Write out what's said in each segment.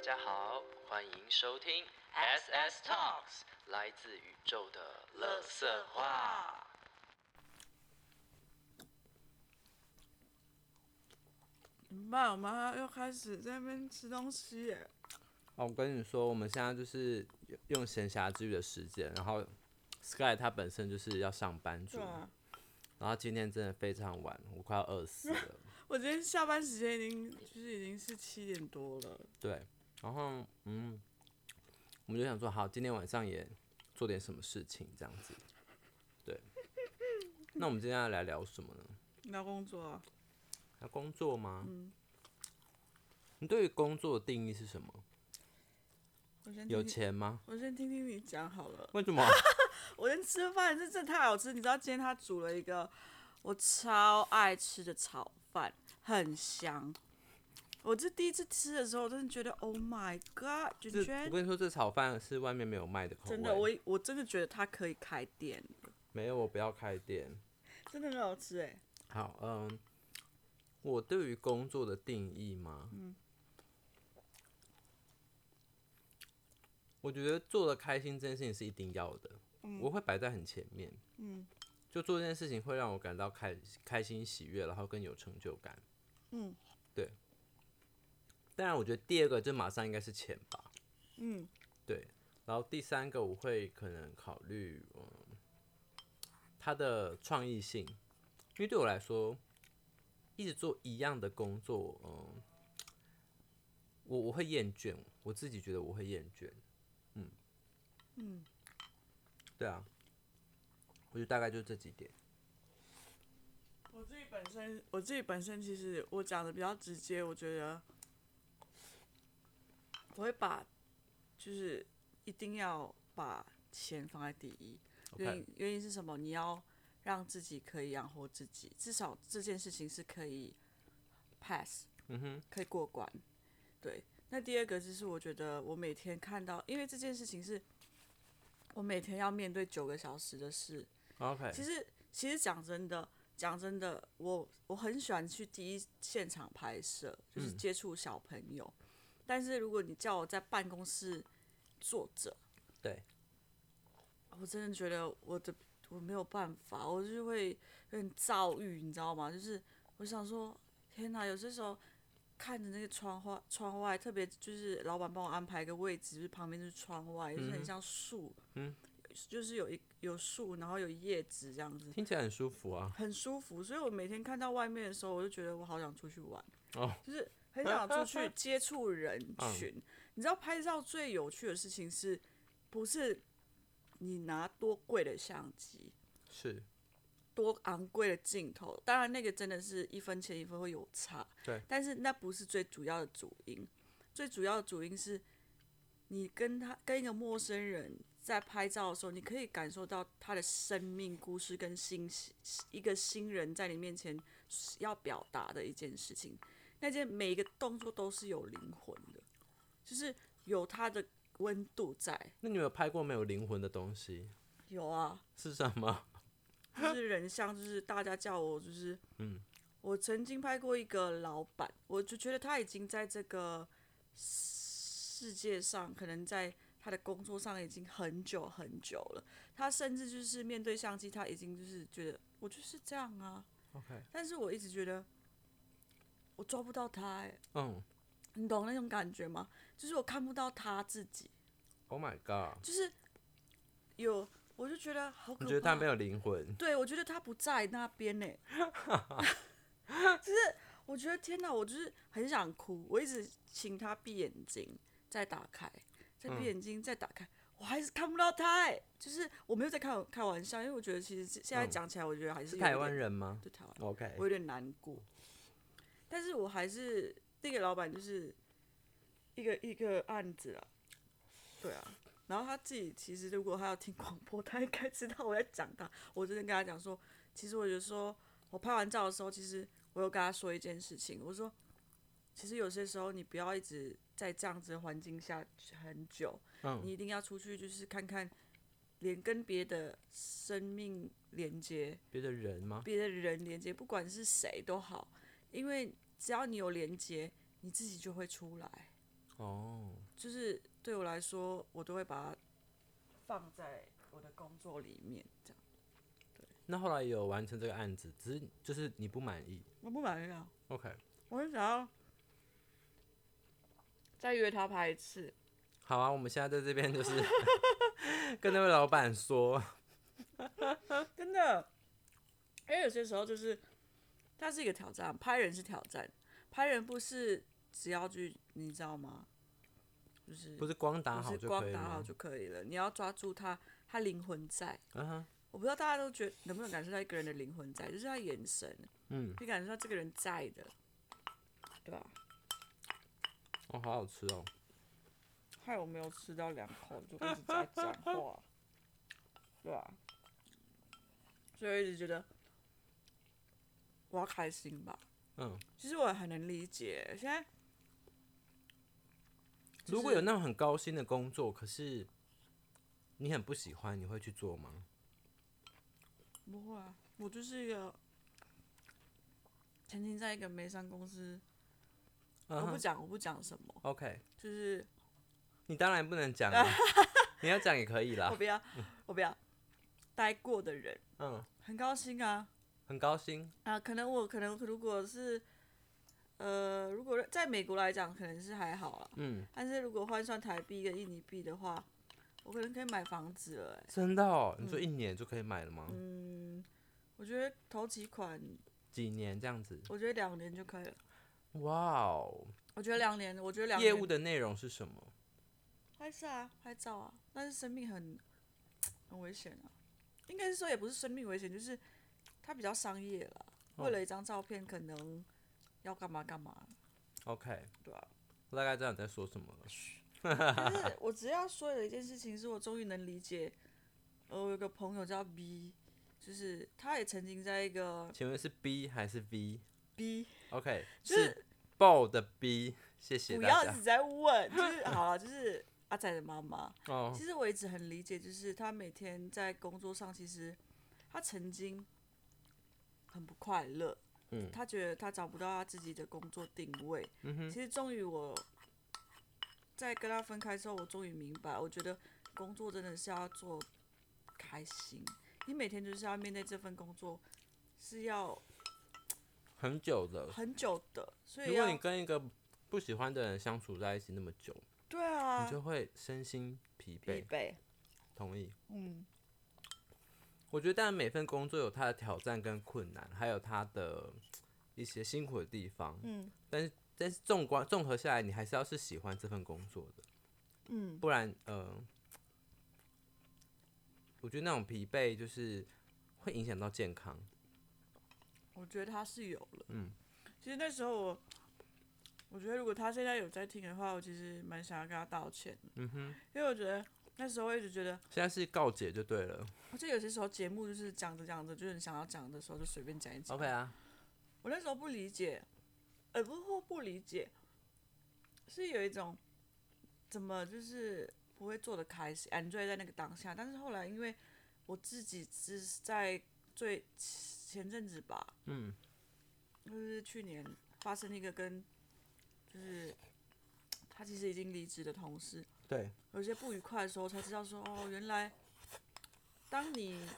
家好，欢迎收听 SS Talks，来自宇宙的乐色话。你爸我妈又开始在那边吃东西耶，哦，我跟你说，我们现在就是用闲暇之余的时间，然后 Sky 他本身就是要上班族，啊然后今天真的非常晚，我快要饿死了。我今天下班时间已经就是已经是七点多了，对，然后嗯，我们就想说，好，今天晚上也做点什么事情这样子。对，那我们今天要来聊什么呢？聊工作啊，聊工作吗？嗯你对于工作的定义是什么？我先听有听，钱吗？我先听听你讲好了。为什么？嗯 我先吃饭，这真的太好吃，你知道今天他煮了一个我超爱吃的炒饭，很香。我这第一次吃的时候，我真的觉得 Oh my God，这卷我卷跟你说，这炒饭是外面没有卖的口味。真的，我我真的觉得它可以开店，没有，我不要开店。真的很好吃哎。好，嗯，我对于工作的定义嘛，嗯，我觉得做的开心这件事情是一定要的，我会摆在很前面，嗯，就做这件事情会让我感到开开心、喜悦，然后更有成就感，嗯，对。当然，我觉得第二个就马上应该是钱吧，嗯，对，然后第三个我会可能考虑，嗯，它的创意性，因为对我来说，一直做一样的工作，嗯，我我会厌倦，我自己觉得我会厌倦，嗯，嗯，对啊，我觉得大概就这几点，我自己本身，我自己本身其实我讲的比较直接，我觉得我会把就是一定要把钱放在第一。原 OK 因原因是什么？你要让自己可以养活自己，至少这件事情是可以 pass，嗯哼，可以过关。对，那第二个就是我觉得我每天看到，因为这件事情是我每天要面对九个小时的事， ，OK，其实其实讲真的，讲真的，我我很喜欢去第一现场拍摄，嗯就是接触小朋友。但是如果你叫我在办公室坐着，对，我真的觉得我的我没有办法，我就会有点躁郁，你知道吗？就是我想说，天哪，有些时候看着那个窗外，窗外特别就是老板帮我安排一个位置，就是旁边就是窗外，就是很像树，嗯，就是有一有树，然后有叶子这样子，听起来很舒服啊，很舒服，所以我每天看到外面的时候，我就觉得我好想出去玩，哦嗯就是很想 出去接触人群。你知道拍照最有趣的事情是不是你拿多贵的相机、是，多昂贵的镜头？当然那个真的是一分钱一分货有差，对但是那不是最主要的主因，最主要的主因是你跟他跟一个陌生人。在拍照的时候，你可以感受到他的生命故事跟新一个新人在你面前要表达的一件事情，那件每一个动作都是有灵魂的，就是有它的温度在。那你有没有拍过没有灵魂的东西有啊，是什么？就是人像，就是大家叫我，就是嗯，我曾经拍过一个老板，我就觉得他已经在这个世界上，可能在他的工作上已经很久很久了。他甚至就是面对相机，他已经就是觉得我就是这样啊。 OK 但是我一直觉得我抓不到他、欸，嗯你懂那种感觉吗？就是我看不到他自己， ，Oh my God，就是有，我就觉得好可怕。哦你觉得他没有灵魂？对，我觉得他不在那 边呢、就是我觉得天哪，我就是很想哭，我一直请他闭眼睛，再打开，再嗯闭眼睛，再打开，我还是看不到他、欸。就是我没有在开玩开玩笑，因为我觉得其实现在讲起来，我觉得还是嗯是有台点湾人吗对台湾人？OK，我有点难过。但是我还是那个老板就是一个一个案子啊，对啊。然后他自己其实如果他要听广播，他应该知道我在讲他。我之前跟他讲说，其实我就说我拍完照的时候，其实我有跟他说一件事情，我说其实有些时候你不要一直在这样子的环境下很久，嗯你一定要出去就是看看，连跟别的生命连接，别的人吗？别的人连接，不管是谁都好，因为只要你有连接，你自己就会出来。哦，就是对我来说，我都会把它放在我的工作里面，这样那后来有完成这个案子，只是就是你不满意。我不满意啊， OK，我很想要再约他拍一次。好啊，我们现在在这边就是 跟那位老板 说，真的，因为有些时候就是它是一个挑战，拍人是挑战，拍人不是只要去，你知道吗？就是不是光打不好是就可光以打好吗？就可以了，你要抓住他，他灵魂在。嗯哼，我不知道大家都觉能不能感受到一个人的灵魂在，就是他眼神，嗯，可以感受到这个人在的，对吧？哦，好好吃哦。害我没有吃到两口就一直在讲话，对吧、所以我一直觉得我要开心吧。嗯，其实我很能理解，现在如果有那种很高薪的工作，可是你很不喜欢，你会去做吗？不会啊，我就是一个曾经在一个美商公司，嗯我不哼讲我不讲什么， ，OK，就是你当然不能讲 啊，你要讲也可以啦我。不要我不要待过的人，嗯，很高兴啊很高薪，啊，可能我可能如果是呃，如果在美国来讲，可能是还好啊，嗯，但是如果换算台币跟印尼币的话，我可能可以买房子了、欸。真的哦？你说一年就可以买了吗？嗯，我觉得头几款，几年这样子？我觉得两年就可以了。哇哦！我觉得两年，我觉得两业年务的内容是什么？拍摄啊，拍照啊，但是生命很很危险啊。应该是说也不是生命危险，就是它比较商业了。为了一张照片，可能要干嘛干嘛， OK，对啊吧、我大概知道你在说什么了。但是我只要说的一件事情是我终于能理解，呃，我有个朋友叫 B，就是他也曾经在一个请问是 B 还是 V？OK，、 B，就是是 ball 的 B，谢谢不大要家一。直在问，就是好了，就是阿仔的妈妈。哦其实我一直很理解，就是他每天在工作上，其实他曾经很不快乐，嗯他觉得他找不到他自己的工作定位。其实终于我在跟他分开之后，我终于明白，我觉得工作真的是要做开心，你每天就是要面对这份工作是要很久了。很啊久的，所以如果要你跟一个不喜欢的人相处在一起那么久，对啊你，就会身心疲疲惫。惫，同意。嗯，我觉得，当然每份工作有它的挑战跟困难，还有它的一些辛苦的地方。嗯，但是但是纵观综合下来，你还是要是喜欢这份工作的。嗯，不然呃，我觉得那种疲惫就是会影响到健康。我觉得他是有了。嗯，其实那时候我，我觉得如果他现在有在听的话，我其实蛮想要跟他道歉的。嗯哼，因为我觉得那时候我一直觉得，现在是告解就对了。而且有些时候节目就是讲着讲着，就是你想要讲的时候就随便讲一讲。 OK 啊，我那时候不理解，呃，不不不理解，是有一种怎么就是不会做的开心，enjoy 在那个当下。但是后来因为我自己是在最前阵子吧，嗯，就是去年发生一个跟就是他其实已经离职的同事对，有一些不愉快的时候，才知道说哦，原来当你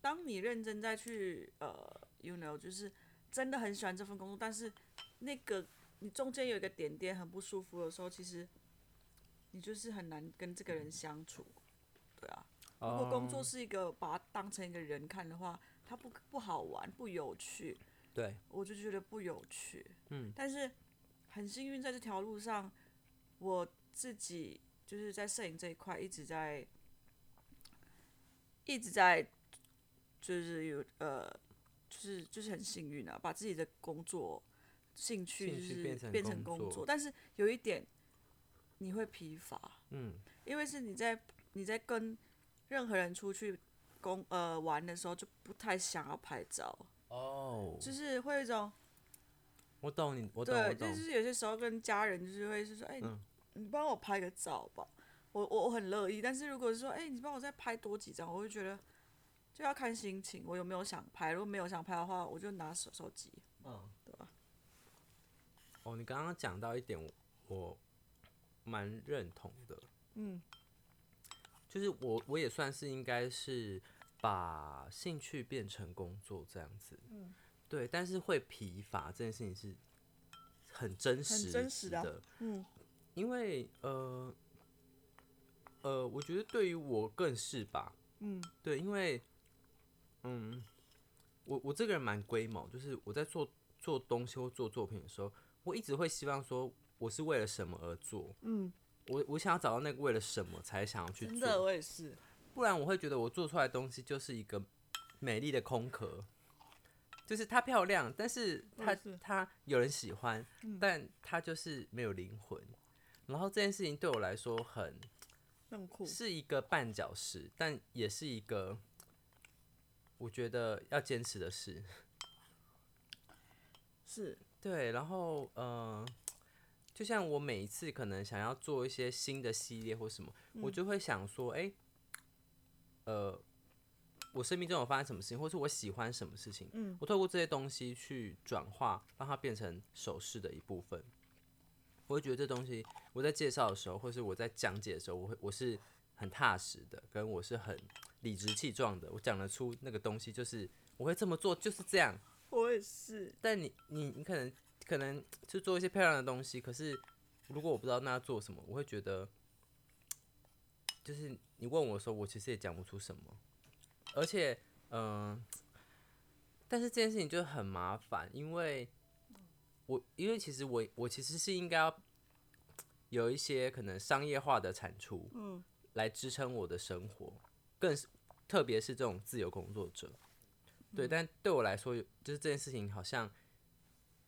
当你认真再去呃，you know，就是真的很喜欢这份工作，但是那个你中间有一个点点很不舒服的时候，其实你就是很难跟这个人相处，对啊。如果工作哦是一个把它当成一个人看的话，它不不好玩，不有趣，对，我就觉得不有趣。嗯，但是很幸运，在这条路上，我自己就是在摄影这一块一直在一直在，就是有呃，就是就是很幸运啊，把自己的工作兴趣兴就趣是变成工工作，作但是有一点你会疲乏，嗯，因为是你在你在跟任何人出去公呃玩的时候，就不太想要拍照，哦，就是会有一种。我懂你，我懂，我对，就懂，是有些时候跟家人就是会是说，哎、嗯你帮我拍个照吧，我我我很乐意。但是如果是说，哎、你帮我再拍多几张，我会觉得就要看心情，我有没有想拍。如果没有想拍的话，我就拿手手机。嗯，对吧？哦，你刚刚讲到一点，我蛮认同的，嗯就是我我也算是应该是把兴趣变成工作这样子，嗯对，但是会疲乏这件事情是很真实真实的啊的嗯因为呃呃，我觉得对于我更是吧，嗯对，因为嗯，我我这个人蛮龟毛，就是我在做做东西或做作品的时候，我一直会希望说我是为了什么而做，嗯，我我想要找到那个为了什么才想要去真的做，我也是，不然我会觉得我做出来的东西就是一个美丽的空壳。就是它漂亮，但是我它也是嗯它有人喜欢，但它就是没有灵魂。然后这件事情对我来说很很酷，是一个绊脚石，但也是一个我觉得要坚持的事。是对，然后呃，就像我每一次可能想要做一些新的系列或什么，我就会想说，哎、呃，我生命中有发生什么事情，或是我喜欢什么事情，嗯我透过这些东西去转化，让它变成手势的一部分。我会觉得这东西，我在介绍的时候，或是我在讲解的时候，我会我是很踏实的，跟我是很理直气壮的，我讲得出那个东西，就是我会这么做，就是这样。我也是，但你你你可能可能就做一些漂亮的东西，可是如果我不知道那要做什么，我会觉得，就是你问我的时候，我其实也讲不出什么，而且嗯、呃但是这件事情就很麻烦，因为我因为其实我我其实是应该要有一些可能商业化的产出，嗯，来支撑我的生活，更是特别是这种自由工作者，对，但对我来说，就是这件事情好像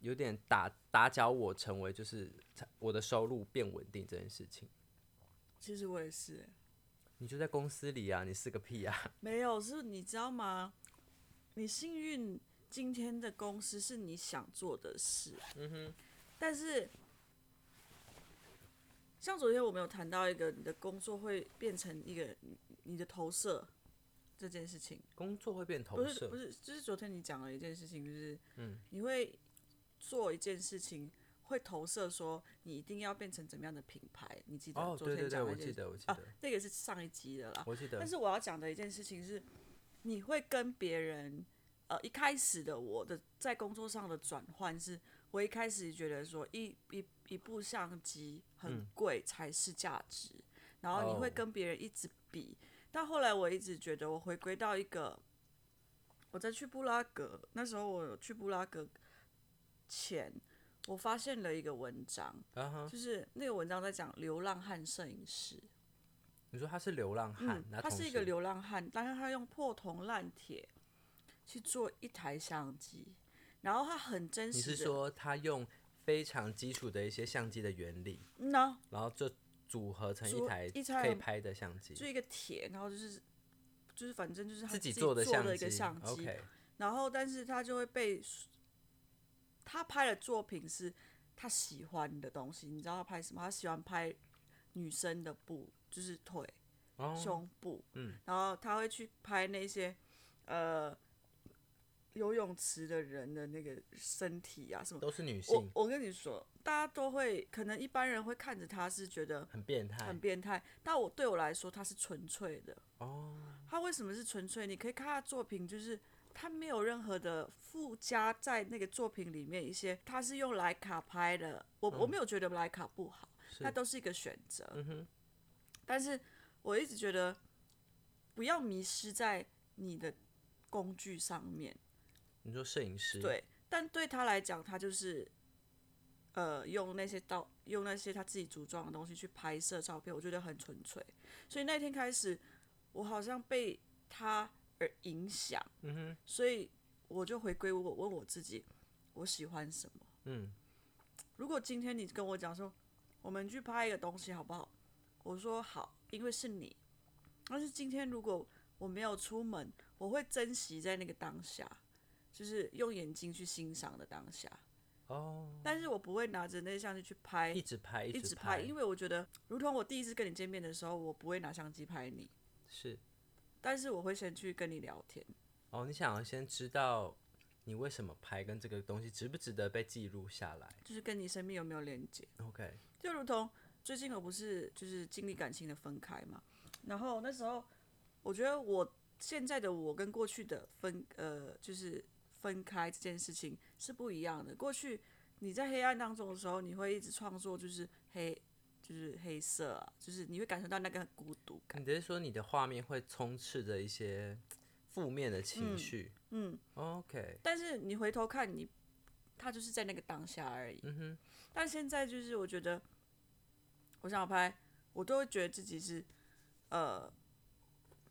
有点打打搅我成为就是我的收入变稳定这件事情。其实我也是、欸你就在公司里啊，你是个屁啊！ 没有，是你知道吗？你幸运今天的公司是你想做的事，嗯哼，但是像昨天我们有谈到一个，你的工作会变成一个你你的投射这件事情，工作会变投不是射，不是，就是昨天你讲了一件事情，就是嗯，你会做一件事情。会投射说你一定要变成怎么样的品牌，你记得哦，昨对对天对，讲的我一件记事得我记啊得，那个是上一集的啦。我记得但，是我要讲的一件事情是，你会跟别人，呃，一开始的我的在工作上的转换是，我一开始觉得说一一一部相机很贵才是价值，然后你嗯会哦跟别人一直比，但后来我一直觉得我回归到一个，我在去布拉格那时候我有去布拉格前，我发现了一个文章，啊哈，就是那个文章在讲流浪汉摄影师。你说他是流浪汉嗯，那，他同是一个时流浪汉，但是他用破铜烂铁去做一台相机，然后他很真你实的。是说他用非常基础的一些相机的原理，嗯呢、然后就组合成组一台一台可以拍的相机，就一个铁，然后就是就是反正就是他自己做做的相一个相机。 OK，然后但是他就会被他拍的作品是他喜欢的东西，你知道他拍什么？他喜欢拍女生的布，就是腿。哦，胸部，嗯然后他会去拍那些呃游泳池的人的那个身体啊什么。都是女我性，我跟你说，大家都会，可能一般人会看着他是觉得很变态很变态，但我对我来说，他是纯粹的。哦，他为什么是纯粹？你可以看他的作品，就是他没有任何的附加在那个作品里面一些，他是用徕卡拍的。我、嗯我没有觉得徕卡不好，那都是一个选择。但是我一直觉得不要迷失在你的工具上面。你说摄影师，对，但对他来讲，他就是呃用那些道用那些他自己组装的东西去拍摄照片，我觉得很纯粹。所以那天开始，我好像被他而影响，嗯哼，所以我就回归我问我自己，我喜欢什么？嗯，如果今天你跟我讲说，我们去拍一个东西好不好？我说好，因为是你。但是今天如果我没有出门，我会珍惜在那个当下，就是用眼睛去欣赏的当下。哦，但是我不会拿着那相机去拍，一直拍，一直直因为我觉得，如同我第一次跟你见面的时候，我不会拿相机拍你，是但是我会先去跟你聊天。哦，你想要先知道你为什么拍，跟这个东西值不值得被记录下来就是跟你生命有没有连接。 ？OK，就如同最近我不是就是经历感情的分开嘛，然后那时候我觉得我现在的我跟过去的分呃就是分开这件事情是不一样的。过去你在黑暗当中的时候，你会一直创作就是黑就是黑色、啊，就是你会感受到那个孤独感。你只是说你的画面会充斥着一些负面的情绪、嗯， ，OK，但是你回头看你，他就是在那个当下而已。嗯哼，但现在就是我觉得，我想要拍，我都会觉得自己是，呃，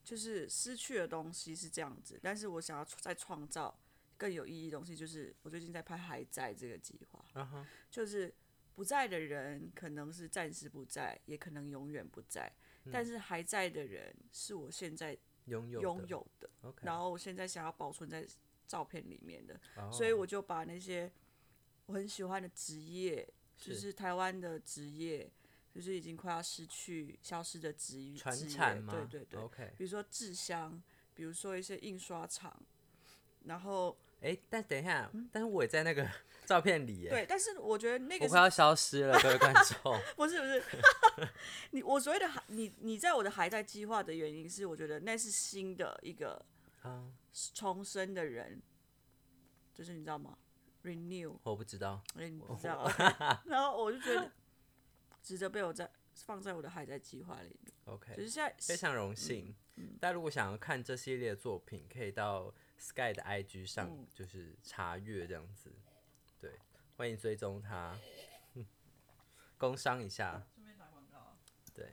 就是失去的东西是这样子，但是我想要再创造更有意义的东西，就是我最近在拍《还在》这个计划，然后就是不在的人可能是暂时不在，也可能永远不在，但是还在的人是我现在拥嗯有拥的有的， ，OK，然后我现在想要保存在照片里面的，哦所以我就把那些我很喜欢的职业，就是是台湾的职业，就是已经快要失去、消失的职业，传职业产吗？对对对， ，OK，比如说制香，比如说一些印刷厂，然后哎、但等一下，但是我也在那个 照片里耶，嗯对，但是我觉得那个我是快要消失了，各位观 众，不是不是，你我所谓的还你你在我的还在计划的原因是，我觉得那是新的一个啊，重生的人，就是你知道吗？renew。我不知道，哎，你不知道，哦 然后我就觉得值得被我在放在我的海在计划里面。 OK，只是现非在常荣幸。大家如果想要看这系列的作品，可以到 Sky 的 IG 上，就是查阅这样子。对，欢迎追踪他， 工商一下。对，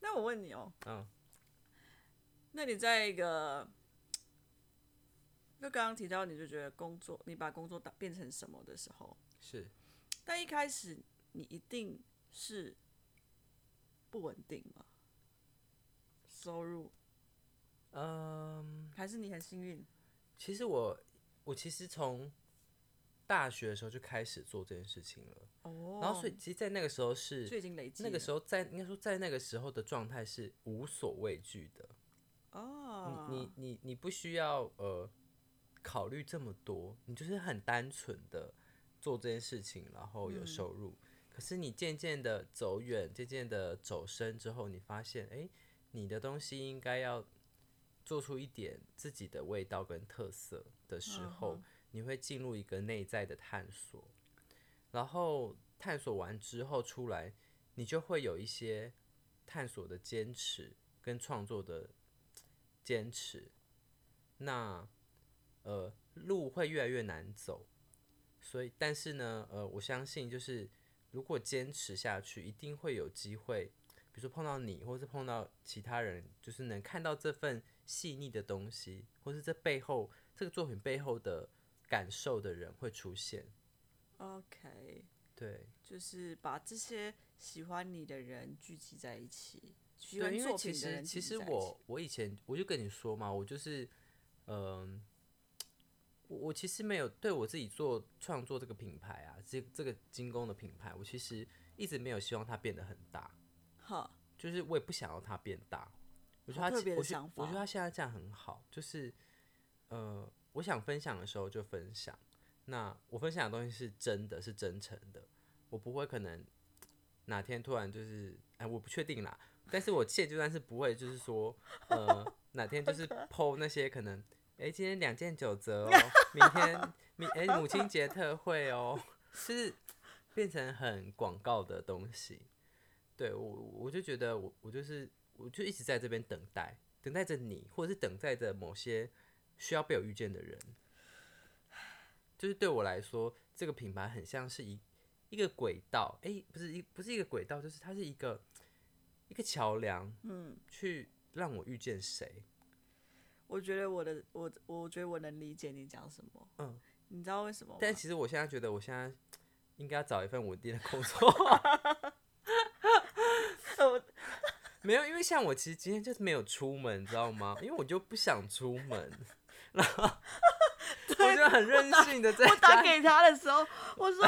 那我问你哦，嗯，那你在一个，就刚刚提到你就觉得工作，你把工作当变成什么的时候，是但一开始你一定是不稳定嘛，收入，嗯，还是你很幸运，其实我我其实从大学的时候就开始做这件事情了，哦，然后所以其实，在那个时候是就已经累积那个时候候在应该说在那个时候的状态是无所畏惧的，哦，你你你不需要呃考虑这么多，你就是很单纯的做这件事情，然后有收入。可是你渐渐的走远，渐渐的走深之后，你发现，哎、你的东西应该要做出一点自己的味道跟特色的时候，你会进入一个内在的探索，然后探索完之后出来，你就会有一些探索的坚持跟创作的坚持，那呃路会越来越难走。所以，但是呢，呃，我相信就是如果坚持下去，一定会有机会，比如说碰到你，或是碰到其他人，就是能看到这份细腻的东西，或是这背后这个作品背后的感受的人会出现。 OK。对，就是把这些喜欢你的人聚集在一起，喜欢对，因为作其品的实人其聚集实在一起。我我以前我就跟你说嘛，我就是嗯、我我其实没有对我自己做创作这个品牌啊，这这个精工的品牌，我其实一直没有希望它变得很大，哈，就是我也不想要它变大。我觉好得它特其别的我觉想我觉得法它现在这样很好，就是呃，我想分享的时候就分享。那我分享的东西是真的是真诚的，我不会可能哪天突然就是，哎，我不确定啦。但是我现阶段是不会，就是说，呃，哪天 就是 PO 那些可能，哎、今天两件九折哦，明天明哎、母亲节特惠哦， 就是变成很广告的东西。对我，我就觉得我我就是我就一直在这边等待，等待着你，或者是等待着某些需要被我遇见的人。就是对我来说，这个品牌很像是一一个轨道，诶，不是一不是一个轨道，就是它是一个一个桥梁，嗯，去让我遇见谁。我觉得我的我我觉得我能理解你讲什么。嗯，你知道为什么吗？ 但其实我现在觉得，我现在应该要找一份稳定的工作。我没有，因为像我其实今天就是没有出门，你知道吗？因为我就不想出门，然后我就很任性的在我打家给他的时候，我 说：“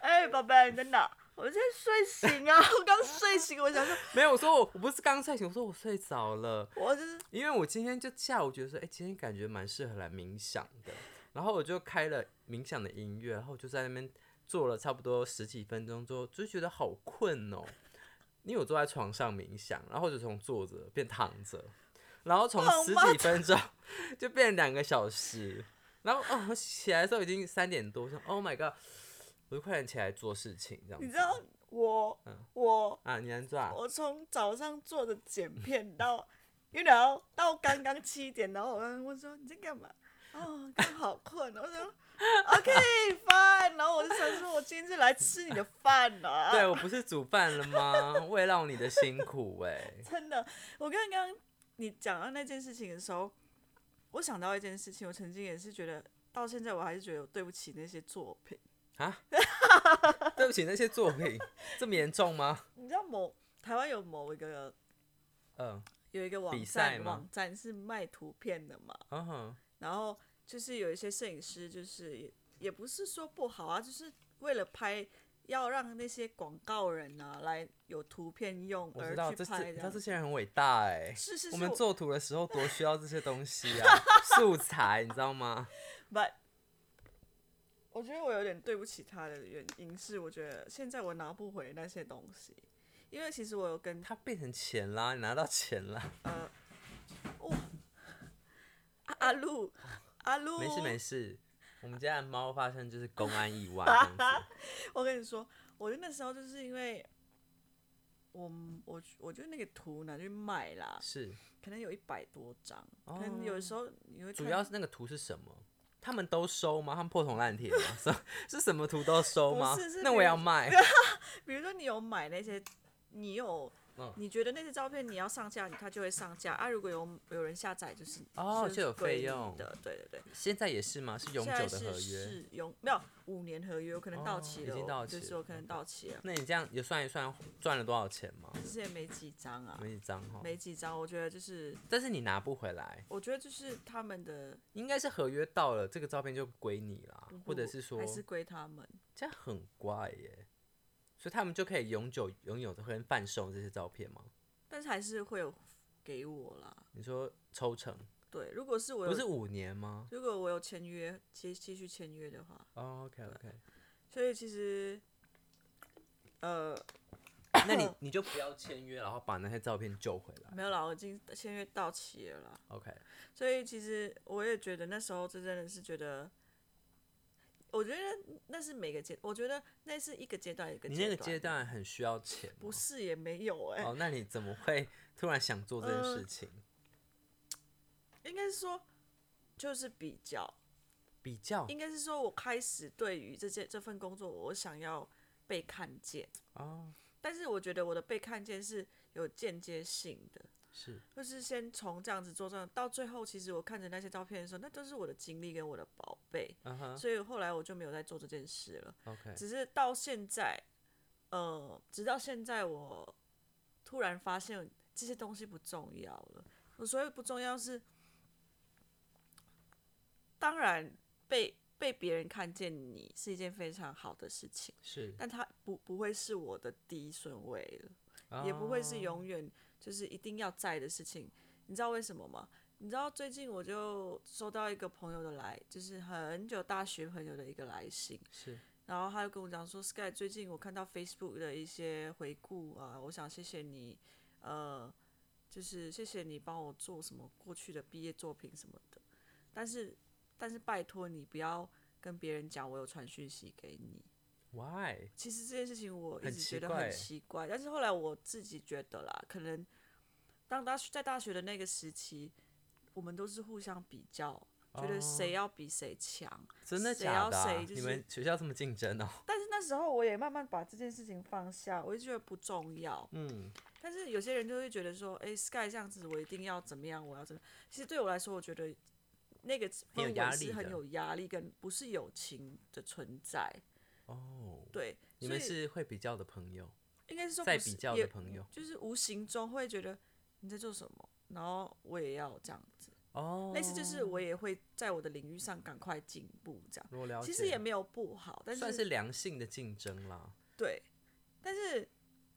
哎、宝贝，你在哪？”我在睡醒啊，我刚睡醒，我想说，没有，我说我我不是刚睡醒，我说我睡着了，我就是因为我今天就下午觉得说，哎、今天感觉蛮适合来冥想的，然后我就开了冥想的音乐，然后我就在那边坐了差不多十几分钟之后，就觉得好困哦，因为我坐在床上冥想，然后就从坐着变躺着，然后从 Oh 十 my 几分钟 就变两个小时，然后哦，我起来的时候已经三点多，我想 Oh my god，我就快点起来做事情这样子。你知道我、我啊？你安抓？我从早上做的剪片到，you know，到刚刚七点，然后我刚刚问说你在干嘛？哦，刚好困。我说 OK fine，然后我就想说，我今天是来吃你的饭的、啊。对，我不是煮饭了吗？慰劳你的辛苦哎、真的，我刚刚你讲到那件事情的时候，我想到一件事情，我曾经也是觉得，到现在我还是觉得我对不起那些作品。啊， 对不起，那些作品这么严重吗？ 你知道某台湾有某一个嗯，有一个网比赛站，吗网站是卖图片的嘛？嗯哼，然后就是有一些摄影师，就是也也不是说不好啊，就是为了拍。要让那些广告人啊来有图片用我而知道，去这拍是这你知道样这，些人很伟大哎、是是是我们我做图的时候多需要这些东西啊， 素材，你知道吗？ But 我觉得我有点对不起他的原因是，我觉得现在我拿不回那些东西，因为其实我有跟他它变成钱啦，你拿到钱啦，啊阿露阿露，没事没事。我们家的猫发生就是公安意外这样 子，我跟你说，我那时候就是因为我我我觉得那个图拿去卖啦，是可能有一百多张，可能有时候你会哦主看要是那个图是什么？他们都收吗？他们破铜烂铁吗？ 是是什么图都收吗不是是？那比我也如要 卖。比如说你有买那些，你有。嗯你觉得那些照片你要上架，它就会上架啊。如果有有人下载，就是哦是就有费归你用的，对对对。现在也是吗？是永现在久的是合约？是永没有五年合约，我可能到哦期已了哦，经到期就是了我可能到期了，那你这样也算一算赚了多少钱吗？其实也没几张啊，没几张哈，没几张。我觉得就是，但是你拿不回来，我觉得就是他们的，应该是合约到了，这个照片就归你啦，或者是说嗯还是归他们。这样很怪耶，所以他们就可以永久拥有跟贩售这些照片吗？但是还是会有给我啦。你说抽成对，如果是我不有，是五年吗、如果我有签约，继继续签约的话， o k OK，所以其实，呃，那你你就不要签约，然后把那些照片救回来没有啦，我已经签约到期了啦。 ，OK，所以其实我也觉得那时候真的是觉得，我觉得那是每个阶，我觉得那是一个阶段一个你那个阶阶段段很需要钱吗，不是也没有哎、哦，那你怎么会突然想做这件呃事情？应该是说就是比较，比较应该是说我开始对于这件这份工作，我想要被看见，哦，但是我觉得我的被看见是有间接性的，是就是先从这样子做这样，到最后其实我看着那些照片的时候，那都是我的经历跟我的宝贝，嗯哼所以后来我就没有再做这件事了。 ，OK，只是到现在，呃，直到现在，我突然发现这些东西不重要了。我所谓不重要是，当然被被别人看见你是一件非常好的事情，是，但它不不会是我的第一顺位了。也不会是哦永远就是一定要在的事情。你知道为什么吗？你知道最近我就收到一个朋友的来，就是很久大学朋友的一个来信，是然后他就跟我讲说，Sky 最近我看到 Facebook 的一些回顾啊，我想谢谢你，呃，就是谢谢你帮我做什么过去的毕业作品什么的，但是但是拜托你不要跟别人讲我有传讯息给你， Why？其实这件事情我一很直奇觉得怪很欸奇怪，但是后来我自己觉得啦，可能当大学在大学的那个时期，我们都是互相比较，觉得谁哦要比谁强。真的谁假要的啊、谁就你是们学校这么竞争哦？但是那时候我也慢慢把这件事情放下，我一直觉得不重要。嗯，但是有些人就会觉得说，哎、s k y 这样子我一定要怎么样，我要怎么样。其实对我来说，我觉得那个氛有压围力是很的有压力，跟不是友情的存在。哦，对，你所们以是会比较的朋友，应该是说在不是比较也的朋友就是无形中会觉得你在做什么，然后我也要这样子，哦。类似就是我也会在我的领域上赶快进步这样。我了解，其实也没有不好，但算是是良性的竞争啦。对，但是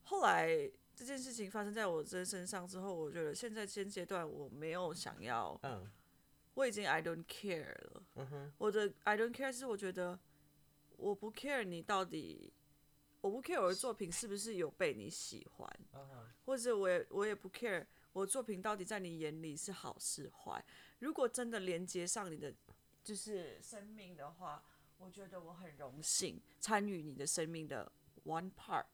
后来这件事情发生在我真身上之后，我觉得现在现阶段我没有想要，嗯，我已经 I don't care 了。我的 I don't care 是我觉得我不 care 你到底。我不 care 我的作品是不是有被你喜欢，啊，或者我也我也不 care 我作品到底在你眼里是好是坏。如果真的连接上你的就是生命的话，我觉得我很荣幸参与你的生命的 one part、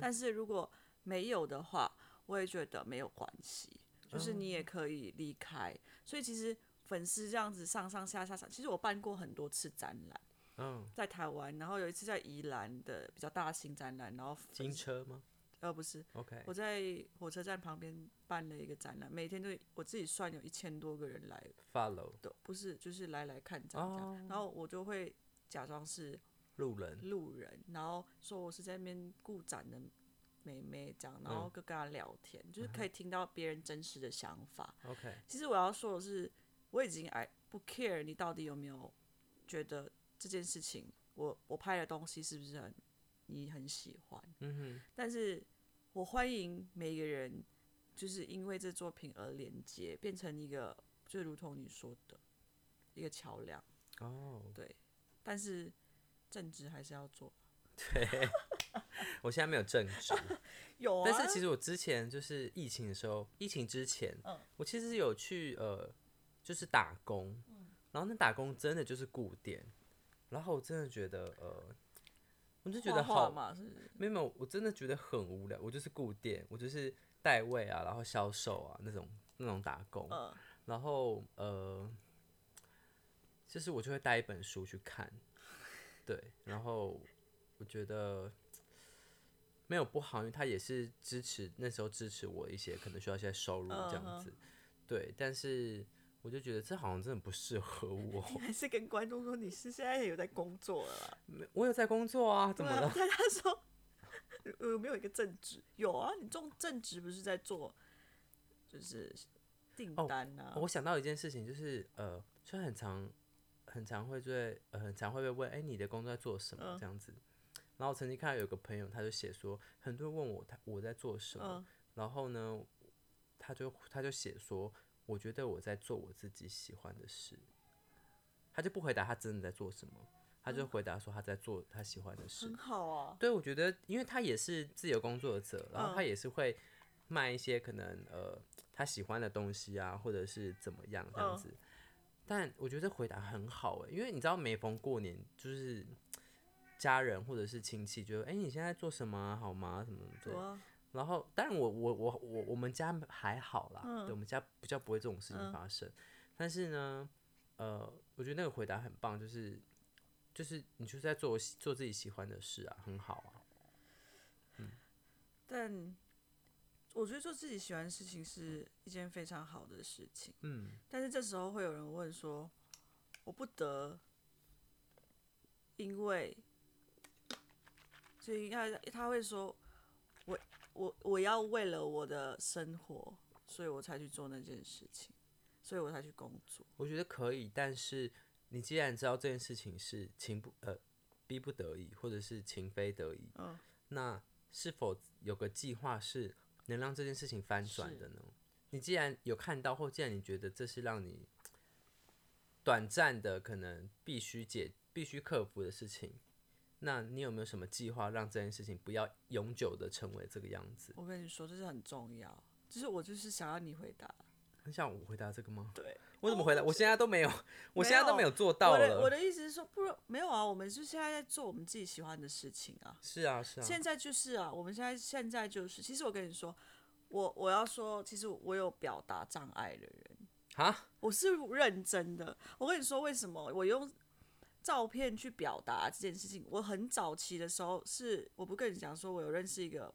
但是如果没有的话，我也觉得没有关系，就是你也可以离开。所以其实粉丝这样子上上下下上，其实我办过很多次展览。嗯，在台湾，然后有一次在宜兰的比较大型展览，然后粉金丝车吗呃不是， ？OK，我在火车站旁边办了一个展览，每天都我自己算有一千多个人来 follow 的，不是就是来来看展这样，哦然后我就会假装是路人，路人，然后说我是在那边顾展的妹妹这样，然后就跟她聊天，就是可以听到别人真实的想法。 OK，其实我要说的是，我已经哎不 care 你到底有没有觉得这件事情，我我拍的东西是不是很你很喜欢？嗯但是我欢迎每一个人，就是因为这作品而连接，变成一个，就如同你说的一个桥梁。哼，哦，但是正直还是要做，对，我现在没有正职， 有啊。但是其实我之前就是疫情的时候，疫情之前，嗯我其实有去呃，就是打工，嗯然后那打工真的就是固店，然后我真的觉得呃，我就觉得画画好，嘛，是不是 没有没有，我真的觉得很无聊，我就是固店，我就是代位啊，然后销售啊那种那种打工，嗯然后呃，就是我就会带一本书去看，对，然后我觉得没有不好，因为他也是支持那时候支持我一些可能需要一些收入这嗯样哼子，对，但是我就觉得这好像真的不适合我， 还是跟观众说你是现在有在工作了啊啦。没我有在工作啊，怎么对啊了？ 但他说 有有没有一个正职？有啊，你这种正职不是在做，就是订哦单啊。哦我想到一件事情，就是呃，虽然很常很常会对、呃、很常会被问，哎、你的工作在做什么嗯这样子。然后我曾经看到有个朋友，他就写说，很多人问我他我在做什么，嗯然后呢，他就他就写说，我觉得我在做我自己喜欢的事。他就不回答他真的在做什么，他嗯就回答说他在做他喜欢的事很。好啊，对，我觉得，因为他也是自由工作者，然后他嗯也是会卖一些可能呃他喜欢的东西啊，或者是怎么样这样嗯子。但我觉得这回答很好哎、因为你知道每逢过年，就是家人或者是亲戚就哎、你现在在做什么啊好吗？什么什对么的。啊，然后，当然我我我我我们家还好啦，嗯对，我们家比较不会这种事情嗯发生。但是呢，呃，我觉得那个回答很棒，就是就是你就是在做我喜做自己喜欢的事啊，很好啊。但我觉得做自己喜欢的事情是一件非常好的事情。嗯，但是这时候会有人问说，我不得，因为，所以他他会说，我我我要为了我的生活，所以我才去做那件事情，所以我才去工作。我觉得可以，但是你既然知道这件事情是情不呃逼不得已，或者是情非得已，嗯那是否有个计划是能让这件事情翻转是的呢？你既然有看到，或既然你觉得这是让你短暂的可能必须解、必须克服的事情，那你有没有什么计划让这件事情不要永久的成为这个样子？我跟你说，这是很重要。就是我就是想要你回答，很想我回答这个吗？对，我怎么回答？我现在都没有，我现在都没有做到哦我的了。我的意思是说，不如没有啊，我们是现在在做我们自己喜欢的事情啊。是啊，是啊。现在就是啊，我们现在现在就是，其实我跟你说，我我要说，其实我有表达障碍的人，啊，我是认真的。我跟你说为什么我用照片去表达这件事情？我很早期的时候是，我不跟你讲说，我有认识一个，